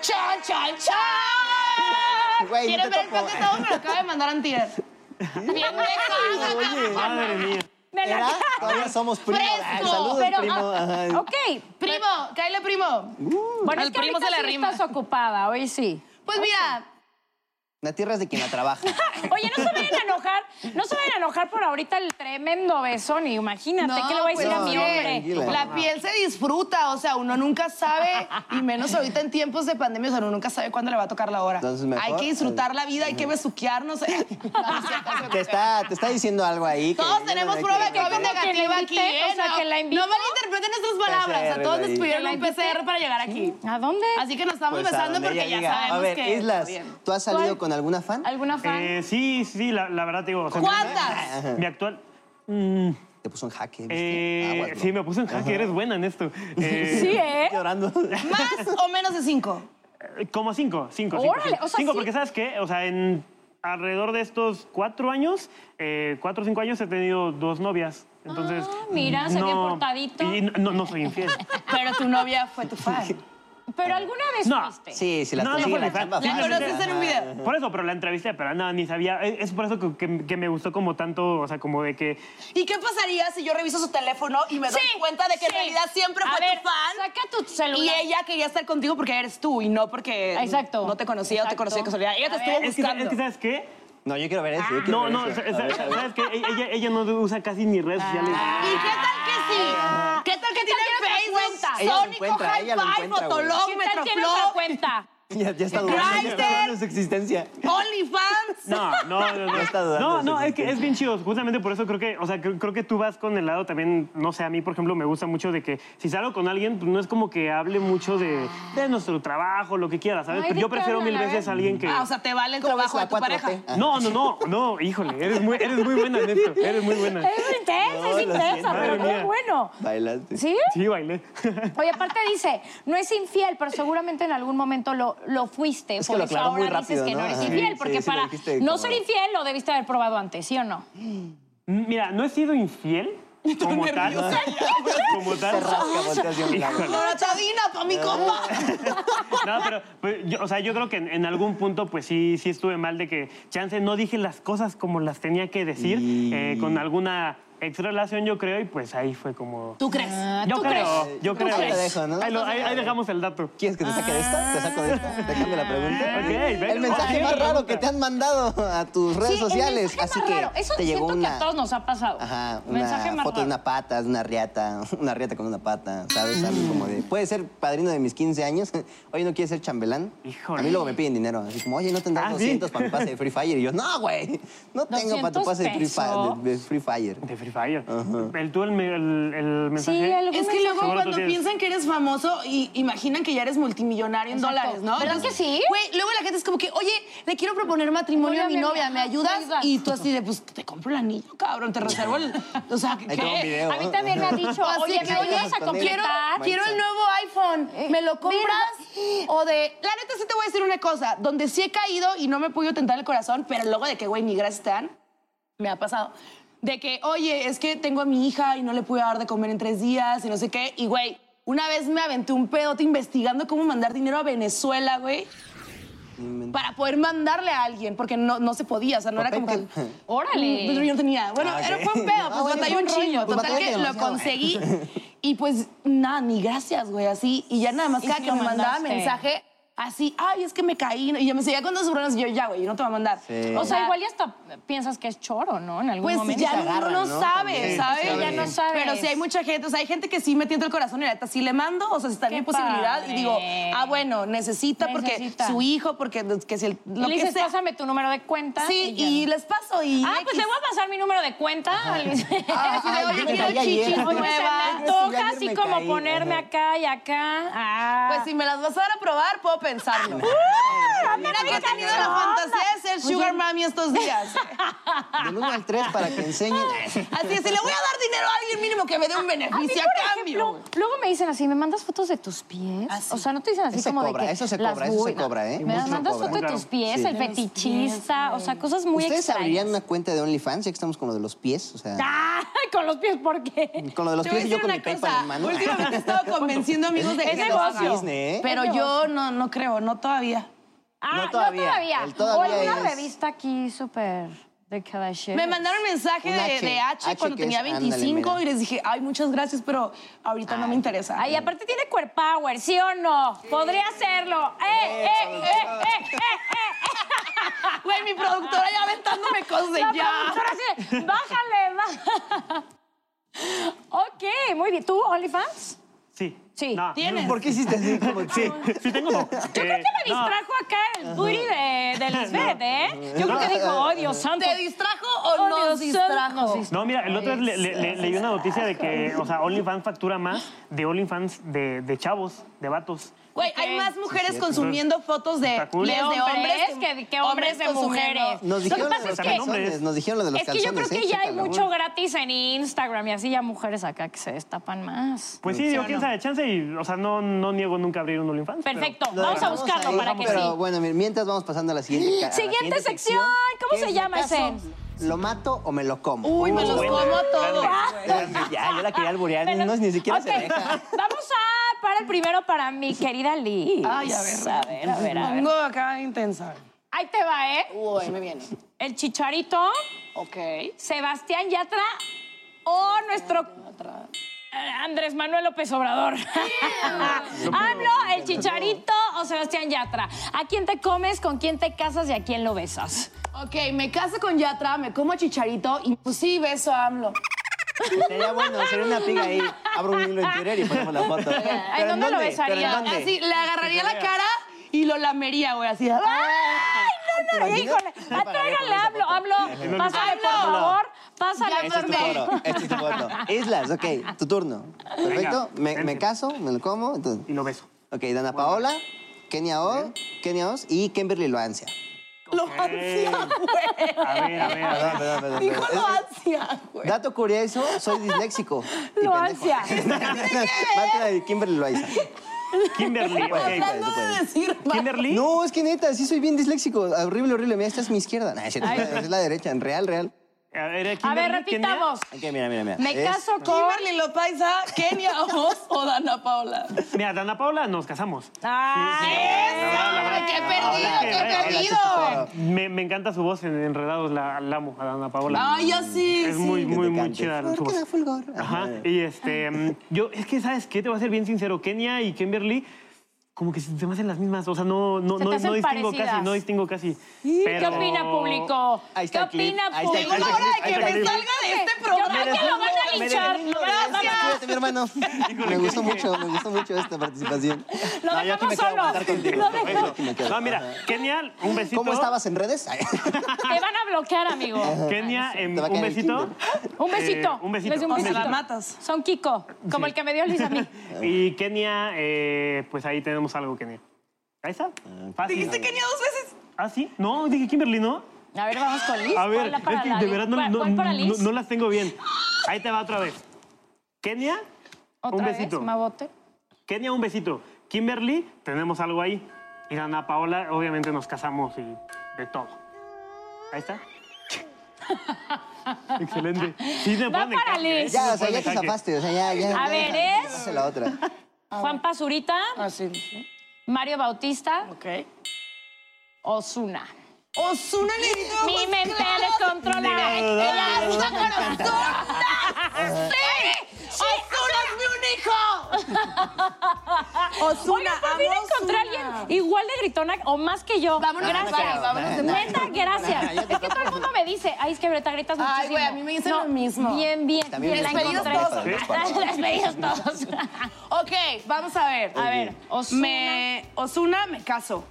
Speaker 4: ¡Chan, chan, chan!
Speaker 2: Güey, no
Speaker 4: ¿Quieres
Speaker 2: te eh.
Speaker 4: ver el
Speaker 2: tocó.
Speaker 4: paquete? No, Me lo acaba de mandar antier. Bien,
Speaker 3: Madre mía.
Speaker 1: Me la
Speaker 2: ¿Era? Todavía somos primos. Ay,
Speaker 4: Fresco,
Speaker 2: Saludos,
Speaker 1: pero,
Speaker 2: primo.
Speaker 1: ah,
Speaker 2: Ajá.
Speaker 1: ok.
Speaker 4: Primo, cállale, primo.
Speaker 1: Bueno,
Speaker 4: Al
Speaker 1: es que
Speaker 4: primo
Speaker 1: ahorita
Speaker 4: se le
Speaker 1: sí
Speaker 4: arrima.
Speaker 1: estás ocupada, hoy sí.
Speaker 4: Pues mira,
Speaker 2: La tierra es de quien la trabaja.
Speaker 1: Oye, no se vayan a enojar, no se vayan a enojar por ahorita el tremendo besón. Y imagínate, ¿qué le voy a decir
Speaker 2: pues,
Speaker 1: a mi
Speaker 2: no,
Speaker 1: hombre?
Speaker 2: tranquila.
Speaker 4: La piel se disfruta, o sea, uno nunca sabe, y menos ahorita en tiempos de pandemia, o sea, uno nunca sabe cuándo le va a tocar la hora.
Speaker 2: Entonces, mejor-
Speaker 4: hay que disfrutar la vida, hay que besuquearnos. eh. No, es cierto, es
Speaker 2: te,
Speaker 4: cierto.
Speaker 2: está, te está diciendo algo ahí. que
Speaker 4: Todos
Speaker 2: no
Speaker 4: tenemos
Speaker 2: hay que-
Speaker 4: prueba de
Speaker 1: como
Speaker 4: COVID
Speaker 1: que la
Speaker 4: negativa aquí.
Speaker 1: invité,
Speaker 4: ¿eh?
Speaker 1: o sea,
Speaker 4: no,
Speaker 1: que la invitó.
Speaker 4: no malinterpreten nuestras palabras. o sea, todos
Speaker 2: ahí.
Speaker 4: nos
Speaker 1: ¿Que la
Speaker 4: pidieron un
Speaker 1: invité?
Speaker 4: PCR para llegar aquí.
Speaker 1: ¿A dónde?
Speaker 4: Así que nos estamos
Speaker 2: Pues, a
Speaker 4: besando
Speaker 2: donde
Speaker 4: porque
Speaker 2: ella
Speaker 4: ya
Speaker 2: diga.
Speaker 4: sabemos
Speaker 2: A ver,
Speaker 4: que.
Speaker 2: Islas,
Speaker 4: bien.
Speaker 2: ¿tú has salido
Speaker 1: ¿Cuál?
Speaker 2: con alguna fan?
Speaker 1: ¿Alguna fan?
Speaker 3: Eh, sí, sí, la, la verdad te digo. o sea, mi-
Speaker 4: ¿Cuántas?
Speaker 3: Mi actual.
Speaker 2: Te puso en jaque. ¿viste?
Speaker 3: eh,
Speaker 2: Aguas, bro.
Speaker 3: sí, me puse en jaque, eres buena en esto. Eh,
Speaker 1: Sí, ¿eh?
Speaker 2: Llorando.
Speaker 4: ¿Más o menos de cinco?
Speaker 3: Como cinco, cinco.
Speaker 1: Órale,
Speaker 3: cinco,
Speaker 1: o sea,
Speaker 3: cinco
Speaker 1: sí.
Speaker 3: porque ¿sabes qué? O sea, en alrededor de estos cuatro años, eh, cuatro o cinco años, he tenido dos novias. Entonces.
Speaker 1: Ah, mira, se ve portadito.
Speaker 3: y no, no soy infiel.
Speaker 4: Pero tu novia fue tu fan.
Speaker 1: Pero alguna vez
Speaker 3: No.
Speaker 1: fuiste.
Speaker 2: Sí, sí, la
Speaker 3: No, no
Speaker 2: sí,
Speaker 3: fue
Speaker 2: la
Speaker 3: mi fan.
Speaker 2: chamba
Speaker 3: La
Speaker 2: fácil.
Speaker 4: conoces en un video.
Speaker 3: Por eso, pero la entrevisté, pero nada, ni sabía. e, Es es por eso que, que- que me gustó como tanto, o sea, como de que.
Speaker 4: ¿Y qué pasaría si yo reviso su teléfono y me doy cuenta de que
Speaker 1: sí.
Speaker 4: en realidad siempre
Speaker 1: A
Speaker 4: fue
Speaker 1: ver,
Speaker 4: tu fan?
Speaker 1: Saca tu
Speaker 4: Y
Speaker 1: celular.
Speaker 4: ella quería estar contigo porque eres tú y no porque
Speaker 1: Exacto.
Speaker 4: no te conocía o te
Speaker 1: Exacto.
Speaker 4: conocía de casualidad. Ella te
Speaker 1: A ver.
Speaker 4: estuvo
Speaker 3: Es que,
Speaker 4: buscando.
Speaker 3: es que, ¿sabes qué?
Speaker 2: No, yo quiero ver eso. yo quiero
Speaker 3: No,
Speaker 2: ver
Speaker 3: no,
Speaker 2: eso.
Speaker 3: sa-
Speaker 2: A ver, a
Speaker 3: sa-
Speaker 2: ver.
Speaker 3: ¿sabes qué? Ella- Ella, ella no usa casi ni redes sociales.
Speaker 4: ¿Y qué tal que sí? ¿Qué tal que tiene
Speaker 1: tiene otra cuenta?
Speaker 4: Facebook?
Speaker 2: Ella lo
Speaker 4: Sónico,
Speaker 2: encuentra,
Speaker 4: High
Speaker 2: ella lo
Speaker 4: Five,
Speaker 2: encuentra, güey.
Speaker 4: Fotolog,
Speaker 1: ¿Quién tal tiene otra
Speaker 4: Metroflop,
Speaker 1: cuenta?
Speaker 2: Ya, ya está dudando. Ya está
Speaker 4: Grindr.
Speaker 2: dudando de su existencia.
Speaker 4: OnlyFans.
Speaker 3: No, no, no, no.
Speaker 2: Ya está dudando
Speaker 3: No,
Speaker 2: de
Speaker 3: no,
Speaker 2: su
Speaker 3: es que es bien chido. Justamente por eso creo que, o sea, creo, creo que tú vas con el lado también, no sé, a mí, por ejemplo, me gusta mucho de que si salgo con alguien, pues no es como que hable mucho de, de nuestro trabajo, lo que quiera, ¿sabes?
Speaker 1: Ay,
Speaker 3: Pero
Speaker 1: ¿de
Speaker 3: yo
Speaker 1: qué
Speaker 3: prefiero
Speaker 1: hablan?
Speaker 3: mil
Speaker 1: A
Speaker 3: veces
Speaker 1: ver.
Speaker 3: a alguien que.
Speaker 4: Ah, o sea, te vale el
Speaker 2: ¿Cómo es
Speaker 4: trabajo de
Speaker 2: la
Speaker 4: tu pareja.
Speaker 2: 4T? Ah,
Speaker 3: No, no, no, no, híjole, eres muy, eres muy buena en esto, eres muy buena.
Speaker 1: Es intensa,
Speaker 2: No, lo
Speaker 1: es intensa,
Speaker 3: siento.
Speaker 1: pero
Speaker 3: Madre
Speaker 1: muy
Speaker 3: mía.
Speaker 1: bueno.
Speaker 2: Bailaste.
Speaker 1: ¿Sí?
Speaker 3: Sí, bailé.
Speaker 1: Oye, aparte dice, no es infiel, pero seguramente en algún momento lo, lo fuiste.
Speaker 2: Es que
Speaker 1: por
Speaker 2: lo
Speaker 1: eso
Speaker 2: aclaró muy
Speaker 1: ahora dices
Speaker 2: rápido,
Speaker 1: que no,
Speaker 2: ¿no?
Speaker 1: eres
Speaker 2: Ajá.
Speaker 1: infiel,
Speaker 2: Sí,
Speaker 1: porque
Speaker 2: sí, sí, lo
Speaker 1: para
Speaker 2: dijiste
Speaker 1: no
Speaker 2: como-
Speaker 1: ser infiel lo debiste haber probado antes, ¿sí o no?
Speaker 3: Mm, Mira, no he sido infiel como tal. Como
Speaker 2: Se
Speaker 3: tal.
Speaker 2: rasca, voltea hacia un lado.
Speaker 4: Moratadina pa' mi compa.
Speaker 3: No, pero, pues, yo- o sea, yo creo que en, en algún punto, pues sí, sí estuve mal de que, chance, no dije las cosas como las tenía que decir eh, con alguna ex relación, yo creo, y pues ahí fue como.
Speaker 4: ¿Tú crees?
Speaker 3: yo
Speaker 1: ¿tú
Speaker 3: creo,
Speaker 1: crees?
Speaker 3: yo
Speaker 2: ¿Tú
Speaker 3: creo.
Speaker 2: crees? Ahí te dejo, ¿no?
Speaker 3: ahí, lo- ahí- ahí dejamos el dato.
Speaker 2: ¿Quieres que te saque de esta? Te saco de esta. Te cambio la pregunta.
Speaker 3: Ok, venga.
Speaker 2: El mensaje
Speaker 3: Ok,
Speaker 2: más
Speaker 3: pregunta.
Speaker 2: raro que te han mandado a tus
Speaker 1: Sí,
Speaker 2: redes
Speaker 1: el
Speaker 2: sociales.
Speaker 1: mensaje
Speaker 2: Así
Speaker 1: más
Speaker 2: que
Speaker 1: raro. Eso
Speaker 2: te
Speaker 1: siento
Speaker 2: llegó
Speaker 1: que
Speaker 2: una.
Speaker 1: a todos nos ha pasado.
Speaker 2: Ajá, una
Speaker 1: Mensaje más
Speaker 2: foto de
Speaker 1: raro.
Speaker 2: una pata, de una riata, una riata con una pata, ¿sabes? Algo como de, puede ser padrino de mis 15 años, oye, ¿no quieres ser chambelán?
Speaker 3: Híjole.
Speaker 2: A mí luego me piden dinero, así como, oye, ¿no tendrás
Speaker 3: ¿Ah, sí?
Speaker 2: 200 para mi pase de Free Fire? Y yo, no, güey, no tengo para tu
Speaker 1: 200
Speaker 2: pase de free, Fi-
Speaker 1: pesos.
Speaker 2: de- de Free Fire.
Speaker 3: De Free Fire. ¿El tú el, me- el- el mensaje?
Speaker 1: Sí, algo
Speaker 4: Es que
Speaker 1: mensaje.
Speaker 4: luego
Speaker 3: Seguro tú
Speaker 4: cuando
Speaker 3: tienes.
Speaker 4: piensan que eres famoso y imaginan que ya eres multimillonario en
Speaker 1: Exacto.
Speaker 4: dólares, ¿no?
Speaker 1: ¿Verdad
Speaker 4: Entonces,
Speaker 1: que sí?
Speaker 4: Güey, luego la gente es como que, oye, le quiero proponer matrimonio a mi
Speaker 1: Matrimonio a mi novia,
Speaker 4: novia, ¿me
Speaker 1: ajá,
Speaker 4: ayudas?
Speaker 1: ¿me ayudas?
Speaker 4: Y tú así de, pues, te compro el anillo, cabrón, te reservo el... O sea, ¿qué?
Speaker 2: Ahí tengo un video.
Speaker 1: A mí también me han dicho,
Speaker 2: Ah,
Speaker 4: Así
Speaker 1: oye,
Speaker 4: que
Speaker 1: ¿me ayudas a Eh,
Speaker 2: quiero-
Speaker 4: Quiero,
Speaker 1: completar?
Speaker 2: Maritza.
Speaker 4: quiero el nuevo iPhone, ¿me lo compras? O de, la neta sí te voy a decir una cosa, donde sí he caído y no me he podido tentar el corazón, pero luego de que, güey, ni gracias te dan, me ha pasado. De que, oye, es que tengo a mi hija y no le pude dar de comer en tres días y no sé qué. Y, güey, una vez me aventé un pedote investigando cómo mandar dinero a Venezuela, güey. Para poder mandarle a alguien, porque no, no se podía, o sea, no
Speaker 2: Por
Speaker 4: era como que.
Speaker 2: PayPal.
Speaker 1: Órale.
Speaker 4: Pero yo no tenía. Bueno,
Speaker 2: Ah, ok.
Speaker 4: era, fue un
Speaker 2: Ah,
Speaker 4: pedo, pues
Speaker 2: bueno,
Speaker 4: batallé
Speaker 2: fue
Speaker 4: un
Speaker 2: un rollo,
Speaker 4: chingo.
Speaker 2: pues,
Speaker 4: Total
Speaker 2: batallaste
Speaker 4: que lo
Speaker 2: demasiado, güey.
Speaker 4: conseguí. Y pues nada, ni gracias, güey, así. Y ya nada más
Speaker 1: Y
Speaker 4: cada
Speaker 1: sí
Speaker 4: que
Speaker 1: lo
Speaker 4: me mandaba
Speaker 1: mandaste.
Speaker 4: mensaje, así, ay, es que me caí. ¿no? Y yo me seguía con dos bronas y yo, ya, güey, yo no te voy a mandar.
Speaker 2: Sí.
Speaker 1: O sea, igual ya hasta piensas que es choro, ¿no? En algún
Speaker 4: Pues
Speaker 1: momento.
Speaker 4: ya
Speaker 2: se
Speaker 4: uno
Speaker 2: agarran,
Speaker 4: no,
Speaker 2: ¿no?
Speaker 4: sabe,
Speaker 2: También.
Speaker 4: ¿sabes?
Speaker 1: Sí, ya no sabes.
Speaker 4: Pero sí hay mucha gente, o sea, hay gente que sí me tienta el corazón y la neta sí le mando, o sea, si está en
Speaker 1: Qué
Speaker 4: mi posibilidad
Speaker 1: padre.
Speaker 4: y digo, ah, bueno, necesita,
Speaker 1: Necesita.
Speaker 4: porque su hijo, porque que si el,
Speaker 1: Y le
Speaker 4: lo que
Speaker 1: dices,
Speaker 4: sea.
Speaker 1: pásame tu número de cuenta.
Speaker 4: Sí,
Speaker 1: ya.
Speaker 4: y les paso y
Speaker 1: Ah, pues
Speaker 4: X.
Speaker 1: le voy a pasar mi número de cuenta. Le dice,
Speaker 4: Así de,
Speaker 2: yo
Speaker 4: oye,
Speaker 2: me caí
Speaker 4: quiero
Speaker 2: ayer.
Speaker 4: chichis
Speaker 2: Ah, Oye,
Speaker 1: Oye, se me
Speaker 4: nuevas.
Speaker 2: Ya
Speaker 1: antoja
Speaker 2: ayer
Speaker 1: así
Speaker 2: me
Speaker 1: como
Speaker 2: caí,
Speaker 1: ponerme
Speaker 2: ajá.
Speaker 1: acá y acá. Ah.
Speaker 4: Pues si me las vas a dar a probar, puedo pensarlo. Mira que he tenido la fantasía de ser sugar mami estos días.
Speaker 2: Del 1 al 3 para que enseñen.
Speaker 4: Así es, si le voy a dar dinero a alguien mínimo que me dé un
Speaker 1: Ah, A mí,
Speaker 4: beneficio a,
Speaker 1: por
Speaker 4: cambio.
Speaker 1: ejemplo, luego me dicen así, ¿me mandas fotos de tus pies?
Speaker 4: Ah, sí.
Speaker 1: O sea, no te dicen así
Speaker 2: Eso se
Speaker 1: como de
Speaker 2: cobra,
Speaker 1: que
Speaker 2: eso se
Speaker 1: las
Speaker 2: cobra, eso se
Speaker 1: voy-
Speaker 2: cobra, ¿eh?
Speaker 1: Me
Speaker 2: Mucho
Speaker 1: mandas
Speaker 2: cobra.
Speaker 1: fotos de tus pies,
Speaker 2: Sí.
Speaker 1: el fetichista, o sea, cosas muy
Speaker 2: ¿Ustedes abrirían
Speaker 1: extrañas.
Speaker 2: una cuenta de OnlyFans? Ya que estamos con lo de los pies, o sea...
Speaker 1: Ah, con los pies, ¿por qué?
Speaker 2: Con lo de los
Speaker 4: Te voy a
Speaker 2: pies y yo
Speaker 4: decir
Speaker 2: con mi
Speaker 4: una
Speaker 2: PayPal en
Speaker 4: cosa.
Speaker 2: mano.
Speaker 4: Últimamente he estado convenciendo amigos de
Speaker 1: Es
Speaker 4: que lo
Speaker 1: negocio.
Speaker 4: hagan.
Speaker 2: Disney, ¿eh?
Speaker 4: Pero yo no, no creo, no todavía.
Speaker 1: Ah, no
Speaker 2: todavía,
Speaker 1: todavía.
Speaker 2: el todavía
Speaker 1: o en una
Speaker 2: es-
Speaker 1: revista aquí súper de cada shit.
Speaker 4: Me mandaron mensaje
Speaker 2: Un
Speaker 4: de
Speaker 2: H,
Speaker 4: de H,
Speaker 2: H
Speaker 4: cuando
Speaker 2: que es-
Speaker 4: tenía
Speaker 2: ándale,
Speaker 4: 25
Speaker 2: mira.
Speaker 4: y les dije, ay, muchas gracias, pero ahorita no me interesa.
Speaker 1: Ay, aparte tiene core power, ¿sí o no? Podría hacerlo. ¡Eh, eh, eh, eh, eh, eh!
Speaker 4: Güey, mi productora ya aventándome cosas de
Speaker 1: La
Speaker 4: ya.
Speaker 1: productora así de, bájale, bájale. ok, muy bien. ¿Tú, OnlyFans?
Speaker 3: Sí.
Speaker 1: Sí.
Speaker 3: No,
Speaker 4: ¿Tienes?
Speaker 2: ¿Por qué hiciste así? Como,
Speaker 3: Sí, sí tengo. Eh, Yo creo que
Speaker 1: Creo que me distrajo acá el booty de, de Lisbeth, ¿eh? Yo creo que dijo, oh, Dios santo.
Speaker 4: ¿Te distrajo o
Speaker 1: Oh,
Speaker 4: no
Speaker 1: Dios santo, nos
Speaker 4: distrajo?
Speaker 1: distrajo.
Speaker 3: No, mira, el otro día le, le- le- leí una noticia de que, o sea, OnlyFans factura más de OnlyFans de, de chavos, de vatos.
Speaker 4: Güey, hay más mujeres consumiendo fotos de,
Speaker 3: Está cool.
Speaker 4: de
Speaker 1: De
Speaker 4: hombres
Speaker 1: hombres que, que hombres de
Speaker 4: consumiendo.
Speaker 1: mujeres.
Speaker 2: Nos
Speaker 1: Lo que
Speaker 2: dijeron lo
Speaker 1: pasa
Speaker 2: de
Speaker 1: es
Speaker 2: los
Speaker 1: que...
Speaker 2: calzones, nos dijeron lo de los
Speaker 1: Es que
Speaker 2: calzones.
Speaker 1: yo creo que
Speaker 2: ¿eh?
Speaker 1: ya hay
Speaker 2: Chécalo.
Speaker 1: mucho gratis en Instagram y así ya mujeres acá que se destapan más.
Speaker 3: Pues sí, yo quién sabe, chance y, o sea, no, no niego nunca abrir un OnlyFans. pero-
Speaker 1: Perfecto,
Speaker 2: Lo
Speaker 1: vamos a
Speaker 2: dejamos
Speaker 1: buscarlo
Speaker 2: ahí,
Speaker 1: para que
Speaker 2: pero
Speaker 1: sí.
Speaker 2: bueno, mira, mientras vamos pasando a la siguiente. ca- a la
Speaker 1: Siguiente sección, ¿cómo
Speaker 2: que
Speaker 1: se
Speaker 2: es
Speaker 1: llama,
Speaker 2: mi caso,
Speaker 1: Zen?
Speaker 2: ¿Lo mato o me lo como?
Speaker 4: Uy, me
Speaker 3: Uh,
Speaker 4: los
Speaker 3: buena,
Speaker 4: como todos.
Speaker 2: ya, yo la quería alburear,
Speaker 1: Pero-
Speaker 2: no, ni siquiera se
Speaker 1: Ok,
Speaker 2: deja.
Speaker 1: Vamos a para el primero para mi querida Liz.
Speaker 4: Ay, a ver.
Speaker 1: A ver, a ver, a ver.
Speaker 4: Pongo acá intensa.
Speaker 1: Ahí te va, ¿eh?
Speaker 4: Uy, me viene.
Speaker 1: El chicharito,
Speaker 4: Ok.
Speaker 1: Sebastián Yatra o nuestro eh, Andrés Manuel López Obrador. Hablo el chicharito o Sebastián Yatra. ¿A quién te comes, con quién te casas y a quién lo besas?
Speaker 4: Ok, me caso con Yatra, me como a Chicharito y pues sí beso a AMLO.
Speaker 2: Sería bueno, sería una piga ahí. Abro un hilo interior y ponemos la foto. ¿Pero
Speaker 1: ¿en dónde lo
Speaker 2: ¿Pero en
Speaker 1: besaría? Ah,
Speaker 2: dónde?
Speaker 4: Así, le agarraría la cara y lo lamería, güey, así. ¡Ah!
Speaker 1: ¡Ay, no, no!
Speaker 2: ¿Te imaginas?
Speaker 1: ¡Híjole!
Speaker 2: Sí, para
Speaker 1: Atráigale,
Speaker 2: dejar
Speaker 1: hablo,
Speaker 2: esa
Speaker 1: hablo. Pásale, por
Speaker 4: Hablo.
Speaker 1: favor. Pásale.
Speaker 4: Ya
Speaker 2: Este es tu
Speaker 4: Duerme.
Speaker 2: foro, este es tu foto. Islas, ok, tu turno. Perfecto, me, me
Speaker 3: vente.
Speaker 2: caso, me lo como. Entonces,
Speaker 3: Y lo beso.
Speaker 2: ok, Dana Paola, Kenia O, Kenia Os y Kimberly Loancia.
Speaker 4: Lo
Speaker 3: Eh,
Speaker 4: ansía, güey.
Speaker 3: A ver, a ver, a ver.
Speaker 2: Perdón, perdón, perdón.
Speaker 4: Dijo
Speaker 2: Es-
Speaker 4: lo ansía, güey.
Speaker 2: Dato curioso, soy disléxico. y
Speaker 1: Loancia.
Speaker 2: pendejo. Mátala de Kimberly Loaiza.
Speaker 3: Kimberly,
Speaker 2: Puede,
Speaker 3: ok.
Speaker 2: puede,
Speaker 4: Tratando de
Speaker 2: puede.
Speaker 4: decir mal.
Speaker 3: Kimberly.
Speaker 2: No, es que neta, sí soy bien disléxico. Horrible, horrible. Mira, esta es mi izquierda. Nah, es cierto, es la derecha, en real, real.
Speaker 3: A ver, Kimberly,
Speaker 1: A ver,
Speaker 3: Kenia.
Speaker 1: repitamos.
Speaker 2: Ok, mira, mira, mira.
Speaker 1: Me
Speaker 2: Es-
Speaker 1: caso con.
Speaker 4: Kimberly Lopaisa, Kenia Oz o Dana Paola.
Speaker 3: Mira, Dana Paula, nos casamos.
Speaker 1: ¡Ay!
Speaker 4: ¡Qué
Speaker 2: Ah, Hola,
Speaker 4: perdido,
Speaker 3: qué
Speaker 4: qué
Speaker 2: hola,
Speaker 4: perdido!
Speaker 2: chiquito.
Speaker 3: Me, me encanta su voz en Enredados, la, la amo a Dana Paola.
Speaker 4: Ay, así.
Speaker 3: es muy,
Speaker 2: Que te
Speaker 3: muy, muy
Speaker 2: cante.
Speaker 3: chida su
Speaker 2: Fulgor, que
Speaker 3: voz.
Speaker 2: da fulgor.
Speaker 3: Ajá. Y este, mm, yo, es que, ¿sabes qué? Te voy a ser bien sincero. Kenia y Kimberly, como que se se me hacen las mismas. O sea, no, no,
Speaker 1: Se te
Speaker 3: no,
Speaker 1: hacen
Speaker 3: no distingo
Speaker 1: parecidas.
Speaker 3: casi, no distingo casi.
Speaker 1: ¿Qué
Speaker 3: Pero-
Speaker 1: opina público?
Speaker 2: Ahí está
Speaker 1: ¿Qué
Speaker 2: el clip,
Speaker 1: opina
Speaker 2: ahí está el
Speaker 1: público?
Speaker 2: clip.
Speaker 4: Tengo hora de que
Speaker 3: Ay,
Speaker 4: me
Speaker 3: Kimberly.
Speaker 4: salga de este
Speaker 1: Yo creo
Speaker 4: programa.
Speaker 1: que lo van a
Speaker 2: Me
Speaker 1: linchar.
Speaker 2: deslilo,
Speaker 1: lo van a-
Speaker 2: gracias. Cuídate, mi hermano. Me gustó mucho, me gustó mucho esta participación.
Speaker 1: Lo
Speaker 2: No, yo aquí me
Speaker 1: dejamos
Speaker 2: quedo a
Speaker 1: solo.
Speaker 2: aguantar contigo.
Speaker 1: Lo
Speaker 2: Yo aquí me quedo.
Speaker 3: No, mira, Kenia, un besito.
Speaker 2: ¿Cómo estabas en redes? Ay.
Speaker 1: Te van a bloquear, amigo.
Speaker 3: Kenia, em,
Speaker 2: Te va a
Speaker 3: un
Speaker 2: caer el
Speaker 3: besito.
Speaker 1: Un besito.
Speaker 3: Eh, un besito.
Speaker 1: Les doy
Speaker 4: O sea, Ah, la matas.
Speaker 1: Son Kiko, como
Speaker 3: Sí.
Speaker 1: el que me dio Luis a mí.
Speaker 3: Y Kenia, eh, pues ahí tenemos algo, Kenia. Ahí está.
Speaker 2: Ah,
Speaker 3: Fácil.
Speaker 4: Dijiste Kenia dos veces.
Speaker 3: ¿Ah, sí? No, dije Kimberly, ¿no?
Speaker 1: A ver, vamos con Liz.
Speaker 3: A ver,
Speaker 1: Ponla para
Speaker 3: es que
Speaker 1: la
Speaker 3: de
Speaker 1: Liz.
Speaker 3: verdad no,
Speaker 1: ¿Cuál-
Speaker 3: no-
Speaker 1: cuál para
Speaker 3: no-
Speaker 1: Liz?
Speaker 3: no las tengo bien. Ahí te va otra vez. Kenia,
Speaker 1: ¿Otra
Speaker 3: un
Speaker 1: vez,
Speaker 3: besito.
Speaker 1: Mabote?
Speaker 3: Kenia, un besito. Kimberly, tenemos algo ahí. Y Ana Paola, obviamente nos casamos y de todo. Ahí está. Excelente. Sí, me
Speaker 1: Va
Speaker 3: ponen
Speaker 1: para
Speaker 3: jaque, ¿eh?
Speaker 1: Liz.
Speaker 3: Sí me
Speaker 2: Ya, o sea, ya
Speaker 3: ponen
Speaker 2: te
Speaker 3: jaque.
Speaker 2: zafaste. O sea, ya, ya.
Speaker 1: A
Speaker 2: ya
Speaker 1: ver, ¿eh?
Speaker 2: deja-
Speaker 1: es-
Speaker 2: hace la otra.
Speaker 1: Juan Pazurita,
Speaker 4: Así.
Speaker 1: Mario Bautista,
Speaker 4: Ah, Ok.
Speaker 1: Osuna.
Speaker 4: Osuna necesita ojos
Speaker 1: Mi mente
Speaker 4: claros.
Speaker 1: descontrolada.
Speaker 4: ¡Claro, está con Ozuna! ¡Sí! ¡Ozuna es mi un hijo!
Speaker 1: Oiga,
Speaker 4: Ozuna,
Speaker 1: por fin encontré a alguien igual de gritona o más que yo.
Speaker 4: Vámonos,
Speaker 1: gracias.
Speaker 4: Rafael, vámonos de
Speaker 1: Neta, gracias. Es que todo el mundo me dice, ay, es que Breta gritas muchísimo.
Speaker 4: Ay, güey, a mí me dicen lo mismo.
Speaker 1: Bien, bien.
Speaker 2: También
Speaker 1: bien,
Speaker 2: me
Speaker 1: la
Speaker 4: dicen lo
Speaker 1: encontré.
Speaker 2: mismo. Sí.
Speaker 1: Despedidos todos.
Speaker 4: Ok, vamos a ver.
Speaker 1: A ver, Ozuna.
Speaker 4: Me, Ozuna, me caso.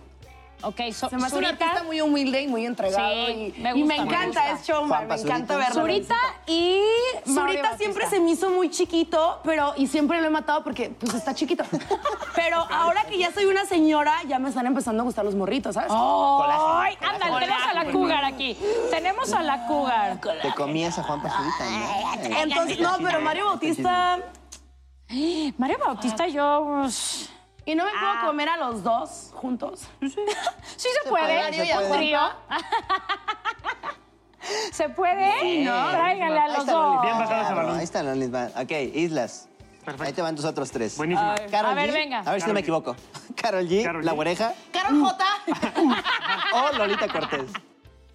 Speaker 1: Ok, so,
Speaker 4: Se me hace un
Speaker 1: Zurita,
Speaker 4: artista muy humilde y muy entregado.
Speaker 1: Sí,
Speaker 4: y,
Speaker 1: me
Speaker 4: y me
Speaker 1: gusta, me
Speaker 4: encanta,
Speaker 1: gusta.
Speaker 4: es showman,
Speaker 2: Juanpa,
Speaker 4: me encanta
Speaker 2: Zurita.
Speaker 4: verlo.
Speaker 1: Zurita y Mario
Speaker 4: Zurita
Speaker 1: Bautista.
Speaker 4: siempre se me hizo muy chiquito, pero y siempre lo he matado porque pues está chiquito. Pero ahora que ya soy una señora, ya me están empezando a gustar los morritos, ¿sabes?
Speaker 1: Oh, ¡Ay! Ándale, tenemos a la cougar aquí. Tenemos a la cougar.
Speaker 2: Te comías a Juan Pazurita, ¿no?
Speaker 4: Entonces, no, pero Mario Bautista.
Speaker 1: Mario Bautista, yo. pues,
Speaker 4: ¿Y no me puedo comer a los dos juntos?
Speaker 1: Sí se puede.
Speaker 2: puede, se puede.
Speaker 1: Trío. ¿Se puede? no. Tráiganle a
Speaker 2: Ahí
Speaker 1: los
Speaker 2: está el
Speaker 1: dos.
Speaker 2: OnlyFans,
Speaker 3: Bien bajado ese
Speaker 2: claro,
Speaker 3: balón.
Speaker 2: Ahí está el OnlyFans. Ok, Islas.
Speaker 3: Perfecto.
Speaker 2: Ahí te van tus otros tres.
Speaker 3: Buenísimo.
Speaker 2: Karol
Speaker 1: A ver,
Speaker 2: G,
Speaker 1: venga.
Speaker 2: A ver si no
Speaker 3: Karol
Speaker 2: me
Speaker 3: G.
Speaker 2: equivoco. Carol G,
Speaker 3: Karol
Speaker 2: La
Speaker 3: G.
Speaker 2: Oreja
Speaker 4: Carol
Speaker 1: Mm.
Speaker 4: J.
Speaker 2: o Lolita Cortés.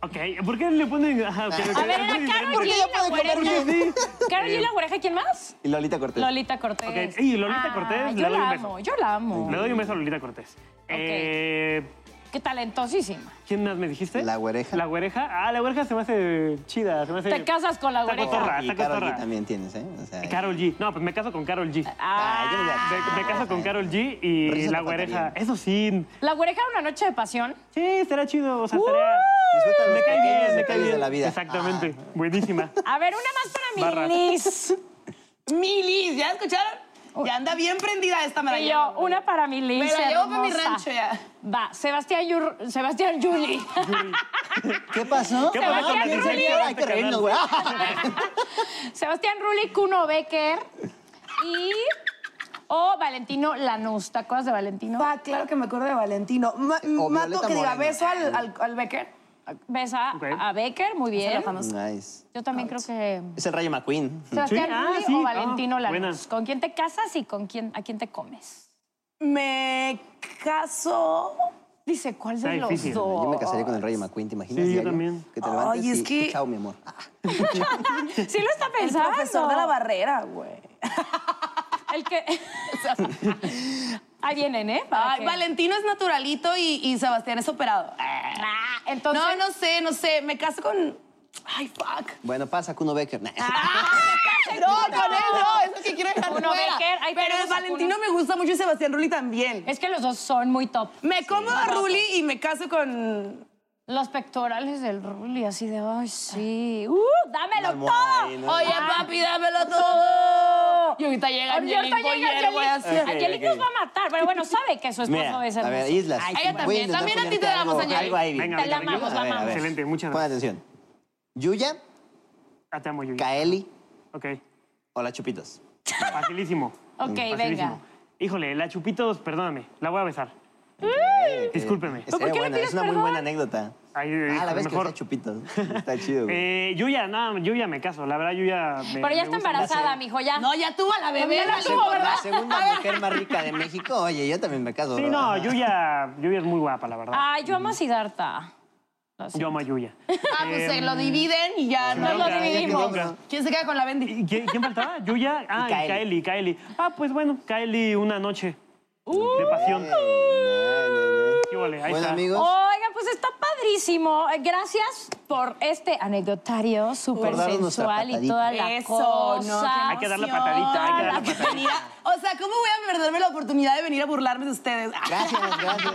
Speaker 3: Ok, ¿por qué le ponen.? Ajá, ok, ok,
Speaker 1: A ver,
Speaker 3: es
Speaker 1: era
Speaker 3: muy
Speaker 1: Karol G.
Speaker 3: diferente.
Speaker 2: Porque ya puede
Speaker 1: la
Speaker 2: comer bien.
Speaker 1: Karol G. La oreja, ¿quién más?
Speaker 2: Y Lolita Cortés.
Speaker 1: Lolita Cortés.
Speaker 3: Ok, y Lolita Cortés, le
Speaker 1: Yo
Speaker 3: doy
Speaker 1: la
Speaker 3: un beso.
Speaker 1: amo, yo la amo.
Speaker 3: Le doy un beso a Lolita Cortés. Eh,
Speaker 1: que talentosísima.
Speaker 3: ¿Quién más me dijiste?
Speaker 2: La güereja.
Speaker 3: La güereja. Ah, la güereja se me hace chida. Se me hace...
Speaker 1: Te casas con la
Speaker 3: Está
Speaker 1: güereja.
Speaker 3: cotorra,
Speaker 2: Y
Speaker 3: está
Speaker 2: Karol G
Speaker 3: cotorra.
Speaker 2: también tienes, ¿eh? O sea,
Speaker 3: Carol G. No, pues me caso con Carol G.
Speaker 1: Ah,
Speaker 3: Me, me caso con Carol G y
Speaker 2: Pero eso
Speaker 3: la
Speaker 2: no
Speaker 3: güereja.
Speaker 2: faltaría.
Speaker 3: Eso sí.
Speaker 1: la güereja era una noche de pasión.
Speaker 3: Sí, estará chido. O sea, estaría.
Speaker 2: Disfruta los
Speaker 3: Me cae
Speaker 2: pequeños
Speaker 3: bien, me cae
Speaker 2: detalles
Speaker 3: bien.
Speaker 2: de la vida.
Speaker 3: Exactamente. Buenísima.
Speaker 1: A ver, una más para
Speaker 3: Barra.
Speaker 1: mi Liz.
Speaker 4: Milis, ¿ya escucharon? Ya anda bien prendida esta
Speaker 1: Y
Speaker 4: maravilla.
Speaker 1: Oh. yo, una para mi Liz.
Speaker 4: Me la llevo para mi
Speaker 1: hermosa.
Speaker 4: rancho ya.
Speaker 1: Va, Sebastián, Yur- Sebastián Yuli.
Speaker 2: ¿Qué pasó?
Speaker 3: ¿Qué
Speaker 1: Se
Speaker 3: pasó
Speaker 1: va a
Speaker 3: con
Speaker 1: quedar
Speaker 3: el
Speaker 1: Rulli.
Speaker 3: diseño de
Speaker 2: Hay
Speaker 3: este
Speaker 2: que
Speaker 3: canal?
Speaker 2: reírnos, güey.
Speaker 1: Sebastián Rulli, Kuno Becker y... O Valentino Lanús. ¿Te acuerdas de Valentino?
Speaker 4: Ah, claro que me acuerdo de Valentino. Ma-
Speaker 2: O
Speaker 4: mato,
Speaker 2: Violeta
Speaker 4: que diga,
Speaker 2: Moreno.
Speaker 4: beso al, al, al Becker.
Speaker 1: Besa
Speaker 3: Ok.
Speaker 1: a Becker, muy bien.
Speaker 2: Nice.
Speaker 1: Yo también creo que...
Speaker 2: Es el Rayo McQueen.
Speaker 1: Sebastián
Speaker 3: Sí, ah,
Speaker 1: Rulli
Speaker 3: sí,
Speaker 1: o
Speaker 3: ah,
Speaker 1: Valentino Lanús.
Speaker 3: buena.
Speaker 1: ¿Con quién te casas y con quién, a quién te comes?
Speaker 4: Me caso.
Speaker 1: Dice, ¿cuál
Speaker 3: Está
Speaker 1: de los
Speaker 3: difícil,
Speaker 1: dos?
Speaker 2: Yo me casaría con el Rayo McQueen, ¿te imaginas?
Speaker 3: Sí, yo
Speaker 2: diario?
Speaker 3: también.
Speaker 2: Que te
Speaker 4: Ay,
Speaker 2: levantes
Speaker 4: es
Speaker 2: y-
Speaker 4: que-
Speaker 2: Chao, mi amor. Ah,
Speaker 1: Sí lo está
Speaker 4: El
Speaker 1: pensando.
Speaker 4: profesor de la barrera, güey.
Speaker 1: El que... Ahí vienen, ¿eh? Para
Speaker 4: Ay,
Speaker 1: que-
Speaker 4: Valentino es naturalito y, y Sebastián es operado.
Speaker 1: Ah, entonces...
Speaker 4: No, no sé, no sé. Me caso con. Ay, fuck.
Speaker 2: Bueno, pasa, Kuno Becker. Nah.
Speaker 4: No, con él no, eso que quiero dejar
Speaker 1: Uno
Speaker 4: fuera.
Speaker 1: Becker, ahí
Speaker 4: Pero
Speaker 1: tenemos
Speaker 4: el
Speaker 1: a
Speaker 4: Valentino
Speaker 1: Uno.
Speaker 4: me gusta mucho y Sebastián Rulli también.
Speaker 1: Es que los dos son muy top.
Speaker 4: Me como a Rulli y me caso con.
Speaker 1: Los pectorales del Rulli, así de, ay, sí. ¡Uh, dámelo
Speaker 2: Vamos
Speaker 1: todo!
Speaker 2: ahí, ¿no?
Speaker 1: Oye,
Speaker 4: papi, dámelo todo. Y ahorita llega
Speaker 1: papi, ahorita
Speaker 4: Angelique
Speaker 1: llega
Speaker 4: Boyer, güey, así.
Speaker 1: Angelique.
Speaker 2: Ok,
Speaker 1: Angelique
Speaker 2: ok.
Speaker 1: nos va a matar. Pero bueno, sabe que su esposo
Speaker 2: Mira,
Speaker 1: es
Speaker 2: a
Speaker 1: hermoso.
Speaker 2: ver, Islas.
Speaker 1: Ay,
Speaker 4: ella
Speaker 2: voy a
Speaker 4: también.
Speaker 2: intentar
Speaker 4: También a ti te
Speaker 2: ponerte
Speaker 4: damos,
Speaker 2: algo-
Speaker 4: Angeli.
Speaker 2: Algo ahí.
Speaker 3: Venga,
Speaker 1: Te
Speaker 3: venga,
Speaker 1: la
Speaker 3: venga.
Speaker 1: amamos, la
Speaker 2: A ver, a
Speaker 1: amamos.
Speaker 2: ver.
Speaker 3: Excelente, muchas
Speaker 2: Pon
Speaker 3: gracias.
Speaker 2: atención. Yuya,
Speaker 3: Ah, te amo, Yuyu.
Speaker 2: Kaeli
Speaker 3: Ok.
Speaker 2: o la Chupitos.
Speaker 3: Facilísimo.
Speaker 2: Mm,
Speaker 1: ok, venga.
Speaker 3: Facilísimo. Híjole, la Chupitos, perdóname, la voy a besar. Discúlpeme.
Speaker 2: Es,
Speaker 1: ¿Por qué le
Speaker 2: buena,
Speaker 1: pides
Speaker 2: es una muy
Speaker 1: perdón?
Speaker 2: buena anécdota.
Speaker 3: Ay,
Speaker 2: Ah, la
Speaker 3: híjole,
Speaker 2: vez
Speaker 3: mejor.
Speaker 2: que sea Chupitos. Está chido, güey.
Speaker 3: Eh, Yuya, no, Yuya me caso. La verdad, Yuya. me-
Speaker 1: Pero ya
Speaker 3: me
Speaker 1: está
Speaker 3: gusta.
Speaker 1: embarazada, mijo, ya.
Speaker 4: No, ya tuvo a la bebé.
Speaker 1: Ya la
Speaker 4: dale,
Speaker 1: tuvo,
Speaker 4: gorda.
Speaker 1: ¿verdad?
Speaker 2: La segunda mujer más rica de México. Oye, yo también me caso.
Speaker 3: Sí,
Speaker 2: bro.
Speaker 3: no,
Speaker 2: Ajá.
Speaker 3: Yuya, Yuya es muy guapa, la verdad.
Speaker 1: Ay, yo amo a Siddhartha. Lo
Speaker 3: Yo
Speaker 1: siento.
Speaker 3: amo a Yuya.
Speaker 4: Ah, pues
Speaker 3: Em,
Speaker 4: se lo dividen y ya
Speaker 1: Nos
Speaker 4: pues, no.
Speaker 1: lo
Speaker 3: bronca,
Speaker 1: dividimos.
Speaker 3: bronca.
Speaker 4: ¿Quién se queda con la Bendy?
Speaker 3: ¿Y ¿Quién, quién faltaba? Yuya. Ah, y
Speaker 2: Kaeli.
Speaker 3: Kaeli, Kaeli. Ah, pues bueno, Kaeli, una noche
Speaker 2: Uh.
Speaker 3: de pasión. ¿Qué vole? Ahí
Speaker 2: Bueno,
Speaker 3: está.
Speaker 2: amigos.
Speaker 1: Oigan, pues está padrísimo. Eh, Gracias por este anecdotario súper
Speaker 2: darnos nuestra
Speaker 1: sensual y
Speaker 2: patadita.
Speaker 1: toda la
Speaker 4: Eso, no.
Speaker 1: cosa.
Speaker 3: Hay que dar la patadita, hay que dar la patadita.
Speaker 4: Venía- O sea, ¿cómo voy a perderme la oportunidad de venir a burlarme de ustedes?
Speaker 2: Gracias, gracias.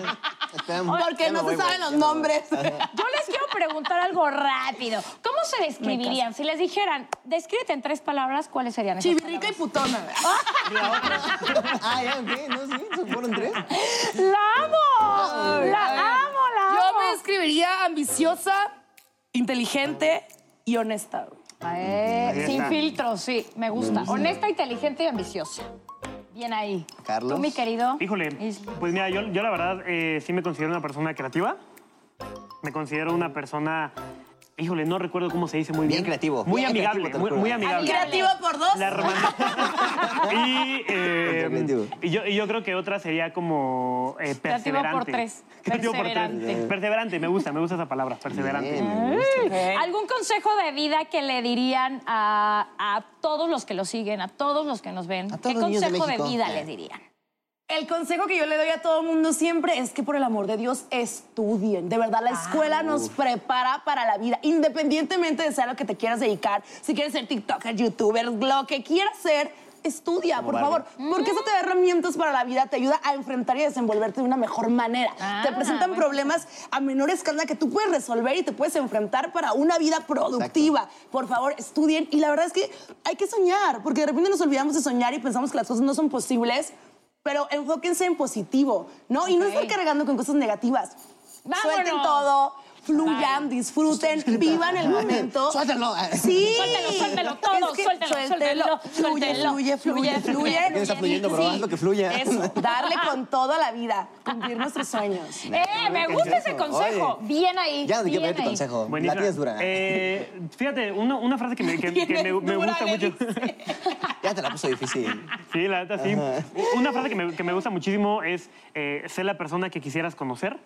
Speaker 2: Esperamos.
Speaker 4: Porque
Speaker 2: Ya
Speaker 4: no
Speaker 2: me voy,
Speaker 4: se saben
Speaker 2: güey,
Speaker 4: los
Speaker 2: ya me voy.
Speaker 4: nombres.
Speaker 1: Yo les quiero preguntar algo rápido. ¿Cómo se describirían? Si les dijeran, descríbete en tres palabras, ¿cuáles serían esas
Speaker 4: Chivirrica y putona.
Speaker 2: Ah, ya, ok. No, sí, se fueron tres.
Speaker 1: palabras? ¡La amo! ¡La amo, la amo!
Speaker 4: Yo me escribiría ambiciosa, inteligente y honesta. güey.
Speaker 1: Eh,
Speaker 3: Ahí
Speaker 1: sin
Speaker 3: está.
Speaker 1: filtro, sí, me gusta. Honesta, inteligente y ambiciosa. Bien ahí.
Speaker 2: Carlos.
Speaker 1: Tú, mi querido.
Speaker 3: Híjole,
Speaker 1: Isla.
Speaker 3: pues mira, yo, yo la verdad eh, sí me considero una persona creativa. Me considero una persona, híjole, no recuerdo cómo se dice muy bien.
Speaker 2: Bien creativo.
Speaker 3: Muy
Speaker 2: Bien
Speaker 3: amigable,
Speaker 2: creativo, te lo
Speaker 3: muy,
Speaker 2: juro.
Speaker 3: muy amigable.
Speaker 4: Creativo por dos.
Speaker 3: La hermandad. y, eh,
Speaker 2: Muy creativo.
Speaker 3: y yo, y yo creo que otra sería como eh,
Speaker 1: Creativo por
Speaker 3: perseverante.
Speaker 1: tres.
Speaker 3: Creativo por
Speaker 1: Perseverante.
Speaker 3: tres. Perseverante, me gusta, me gusta esa palabra, perseverante.
Speaker 2: Bien, me gusta.
Speaker 1: ¿Algún consejo de vida que le dirían a, a todos los que lo siguen, a todos los que nos ven?
Speaker 2: A todos
Speaker 1: ¿Qué
Speaker 2: los niños de
Speaker 1: consejo de,
Speaker 2: México.
Speaker 1: vida
Speaker 2: Eh.
Speaker 1: les dirían?
Speaker 4: El consejo que yo le doy a todo mundo siempre es que por el amor de Dios estudien. De verdad, la escuela nos prepara para la vida, independientemente de sea lo que te quieras dedicar, si quieres ser TikToker, YouTuber, lo que quieras ser. Estudia, por
Speaker 2: Barbie.
Speaker 4: favor, porque eso te da herramientas para la vida, te ayuda a enfrentar y desenvolverte de una mejor manera.
Speaker 1: Ah,
Speaker 4: te presentan
Speaker 1: bueno.
Speaker 4: problemas a menor escala que tú puedes resolver y te puedes enfrentar para una vida productiva. Por favor, estudien. Y la verdad es que hay que soñar, porque de repente nos olvidamos de soñar y pensamos que las cosas no son posibles, pero enfóquense en positivo, ¿no? Y no estar cargando con cosas negativas.
Speaker 1: ¡Vámonos!
Speaker 4: Suelten todo, fluyan, disfruten, vivan el momento.
Speaker 2: Suéltalo.
Speaker 4: Sí.
Speaker 1: Suéltalo, suéltalo todo,
Speaker 4: Es que
Speaker 1: suéltalo, suéltalo,
Speaker 4: Fluye,
Speaker 1: suéltalo,
Speaker 4: fluye, fluye,
Speaker 1: fluye,
Speaker 4: fluye.
Speaker 1: fluye.
Speaker 2: Está fluyendo, bro. Haz lo que fluya.
Speaker 4: Eso, darle con todo a la vida, cumplir nuestros sueños.
Speaker 1: ¡Eh! Me gusta ese consejo.
Speaker 2: Oye.
Speaker 1: bien ahí.
Speaker 2: Ya no te quiero
Speaker 1: bien
Speaker 2: pedir tu
Speaker 1: ahí.
Speaker 2: consejo. La
Speaker 3: Buenísima.
Speaker 2: tienes dura.
Speaker 3: Eh, fíjate, uno- una frase que me, que- que me- me gusta mucho.
Speaker 2: Ya te la puso difícil.
Speaker 3: Sí, la neta sí. Una frase que me, que me gusta muchísimo es eh, ser la persona que quisieras conocer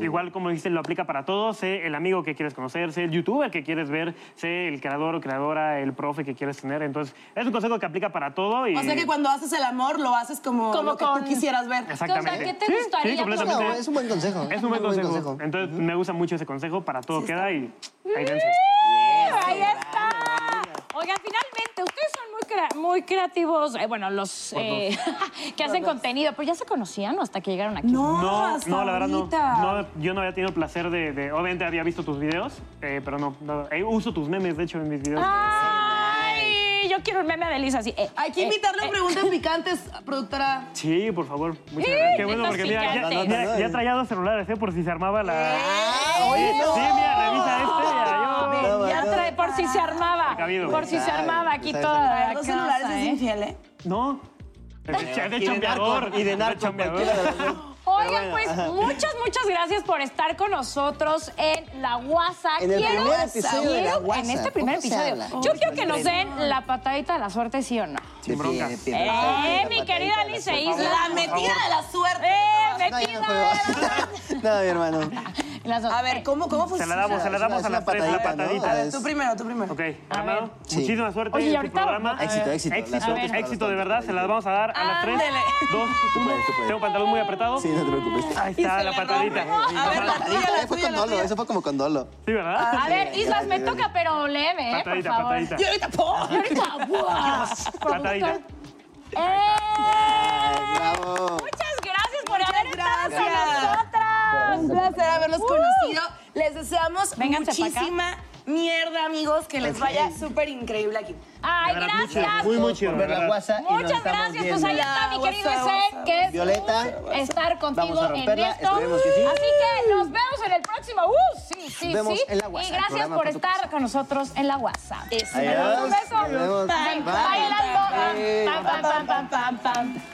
Speaker 3: Igual, como dijiste, lo aplica para todos. Sé el amigo que quieres conocer, sé el youtuber que quieres ver, sé el creador o creadora, el profe que quieres tener. Entonces, es un consejo que aplica para todo. Y...
Speaker 5: O sea que cuando haces el amor, lo haces como,
Speaker 1: Como
Speaker 5: lo que
Speaker 1: con-
Speaker 5: tú quisieras ver.
Speaker 3: Exactamente.
Speaker 1: ¿qué te
Speaker 3: Sí,
Speaker 1: gustaría?
Speaker 3: Sí,
Speaker 2: No,
Speaker 3: completamente.
Speaker 2: es un buen consejo.
Speaker 3: Es un buen consejo. Entonces, me gusta mucho ese consejo. Para todo queda y ahí dense.
Speaker 1: Ahí está. Oigan, finalmente, ustedes son muy, crea- muy creativos, eh, bueno, los eh, que hacen contenido, pero ya se conocían o hasta que llegaron aquí.
Speaker 5: No,
Speaker 3: No,
Speaker 5: hasta
Speaker 3: no, la verdad no.
Speaker 5: ahorita.
Speaker 3: No, Yo no había tenido el placer de, de- Obviamente había visto tus videos, eh, pero no. no. Eh, uso tus memes, de hecho, en mis videos.
Speaker 1: Ah. Ay, yo quiero un meme de Lisa así. eh,
Speaker 5: Hay que
Speaker 1: eh,
Speaker 5: invitarle a
Speaker 1: eh.
Speaker 5: preguntas picantes, productora.
Speaker 3: Sí, por favor. Muchas
Speaker 1: Sí,
Speaker 3: gracias. Qué bueno,
Speaker 1: metas
Speaker 3: porque mira, ya,
Speaker 1: picantes.
Speaker 3: mira, ya traía dos celulares, ¿eh? Por si se armaba la.
Speaker 2: oye,
Speaker 3: Sí,
Speaker 2: no.
Speaker 3: sí, mira,
Speaker 1: eh,
Speaker 3: revisa este. mira, yo-
Speaker 2: No,
Speaker 1: Ya
Speaker 2: no.
Speaker 1: trae, por si se armaba.
Speaker 3: Cabido.
Speaker 1: Por si se
Speaker 2: Claro,
Speaker 1: armaba aquí
Speaker 2: está
Speaker 1: toda.
Speaker 5: Los
Speaker 1: la
Speaker 5: celulares
Speaker 1: cosa,
Speaker 5: es
Speaker 1: ¿eh?
Speaker 5: infiel, ¿eh?
Speaker 3: No. Es de, es de
Speaker 2: Y de
Speaker 3: chambeador.
Speaker 2: narco, y de
Speaker 3: es
Speaker 2: narco,
Speaker 3: chambeador.
Speaker 2: cualquiera de las dos.
Speaker 1: Oigan, pues muchas, muchas gracias por estar con nosotros en La Guasa.
Speaker 2: En el
Speaker 1: Quiero-
Speaker 2: primer episodio de La
Speaker 1: quiero-
Speaker 2: Guasa.
Speaker 1: En este primer
Speaker 2: ¿Cómo se
Speaker 1: episodio.
Speaker 2: habla?
Speaker 1: Yo
Speaker 2: Uy,
Speaker 1: quiero que nos
Speaker 2: sorpresa.
Speaker 1: den la patadita de la suerte, ¿sí o no?
Speaker 2: Sin
Speaker 3: broncas.
Speaker 1: ¡Eh, mi querida Alice Isla!
Speaker 5: La metida de la suerte.
Speaker 1: ¡Eh,
Speaker 2: No, yo
Speaker 1: metida!
Speaker 2: no juego. no, mi hermano.
Speaker 1: Las dos.
Speaker 5: A ver, ¿cómo, cómo
Speaker 3: Se la
Speaker 5: funciona?
Speaker 3: damos, se la
Speaker 2: Es
Speaker 3: damos
Speaker 2: una-
Speaker 3: a
Speaker 2: es
Speaker 3: las
Speaker 2: una
Speaker 3: tres, la
Speaker 2: patadita, ¿no?
Speaker 3: patadita.
Speaker 2: A ver.
Speaker 5: Tú primero, tú primero.
Speaker 3: Ok, Armado,
Speaker 2: Sí.
Speaker 3: muchísima suerte
Speaker 1: Oye,
Speaker 3: en tu
Speaker 1: ahorita-
Speaker 3: programa.
Speaker 1: a
Speaker 2: Éxito, éxito.
Speaker 3: Éxito,
Speaker 2: La suerte es para
Speaker 3: éxito de
Speaker 2: los
Speaker 3: verdad, se las vamos a dar a las tres,
Speaker 5: Ándale.
Speaker 3: dos,
Speaker 2: Tú
Speaker 3: uno.
Speaker 2: puedes, tú puedes.
Speaker 3: Tengo pantalón muy apretado.
Speaker 2: Sí, no te preocupes.
Speaker 3: Ahí
Speaker 5: Y
Speaker 3: está
Speaker 5: se
Speaker 3: la
Speaker 5: la
Speaker 3: patadita.
Speaker 5: rompe. A ver, la
Speaker 2: Ahí
Speaker 5: tuya, la
Speaker 2: fue
Speaker 5: tuya,
Speaker 2: con
Speaker 5: la
Speaker 2: dolo,
Speaker 5: tuya.
Speaker 2: eso fue como con dolo.
Speaker 3: Sí, ¿verdad?
Speaker 1: A ver, Islas, me toca, pero leve, ¿eh? Por
Speaker 3: Patadita,
Speaker 1: favor.
Speaker 3: patadita.
Speaker 5: Y ahorita, ¡pum!
Speaker 1: Y ahorita, ¡buah!
Speaker 3: Patadita.
Speaker 1: ¡Eh!
Speaker 2: Bravo.
Speaker 1: Muchas gracias por
Speaker 5: Muchas
Speaker 1: haber estado con
Speaker 5: gracias.
Speaker 1: nosotras.
Speaker 5: Un placer haberlos conocido. Les deseamos
Speaker 1: Uh. Vénganse pa' acá.
Speaker 5: muchísima mierda, amigos. Que les vaya súper increíble aquí.
Speaker 1: Ay,
Speaker 3: De verdad, muchas
Speaker 1: gracias.
Speaker 3: Muy, muy chido,
Speaker 2: Por
Speaker 3: de
Speaker 2: ver la
Speaker 3: verdad.
Speaker 2: guasa y nos
Speaker 1: Muchas
Speaker 2: estamos
Speaker 1: gracias. Pues
Speaker 2: viendo.
Speaker 1: ahí está mi querido
Speaker 5: Guasa,
Speaker 1: Isen, que es
Speaker 2: Violeta.
Speaker 1: un gusto estar contigo
Speaker 2: Vamos a
Speaker 1: en
Speaker 2: romperla,
Speaker 1: esto.
Speaker 2: esperemos que sí.
Speaker 1: Así que nos vemos en el próximo. Uh, sí, sí,
Speaker 2: Nos vemos
Speaker 1: sí.
Speaker 2: en La Guasa,
Speaker 1: y
Speaker 2: el
Speaker 1: gracias
Speaker 2: programa
Speaker 1: por
Speaker 2: por tu
Speaker 1: estar con nosotros en la WhatsApp.
Speaker 5: Eso.
Speaker 2: Adiós.
Speaker 1: Un beso.
Speaker 2: Nos vemos.
Speaker 1: Bye.
Speaker 2: Bye.
Speaker 1: Bailando. Pam, pam, pam, pam, pam, pam.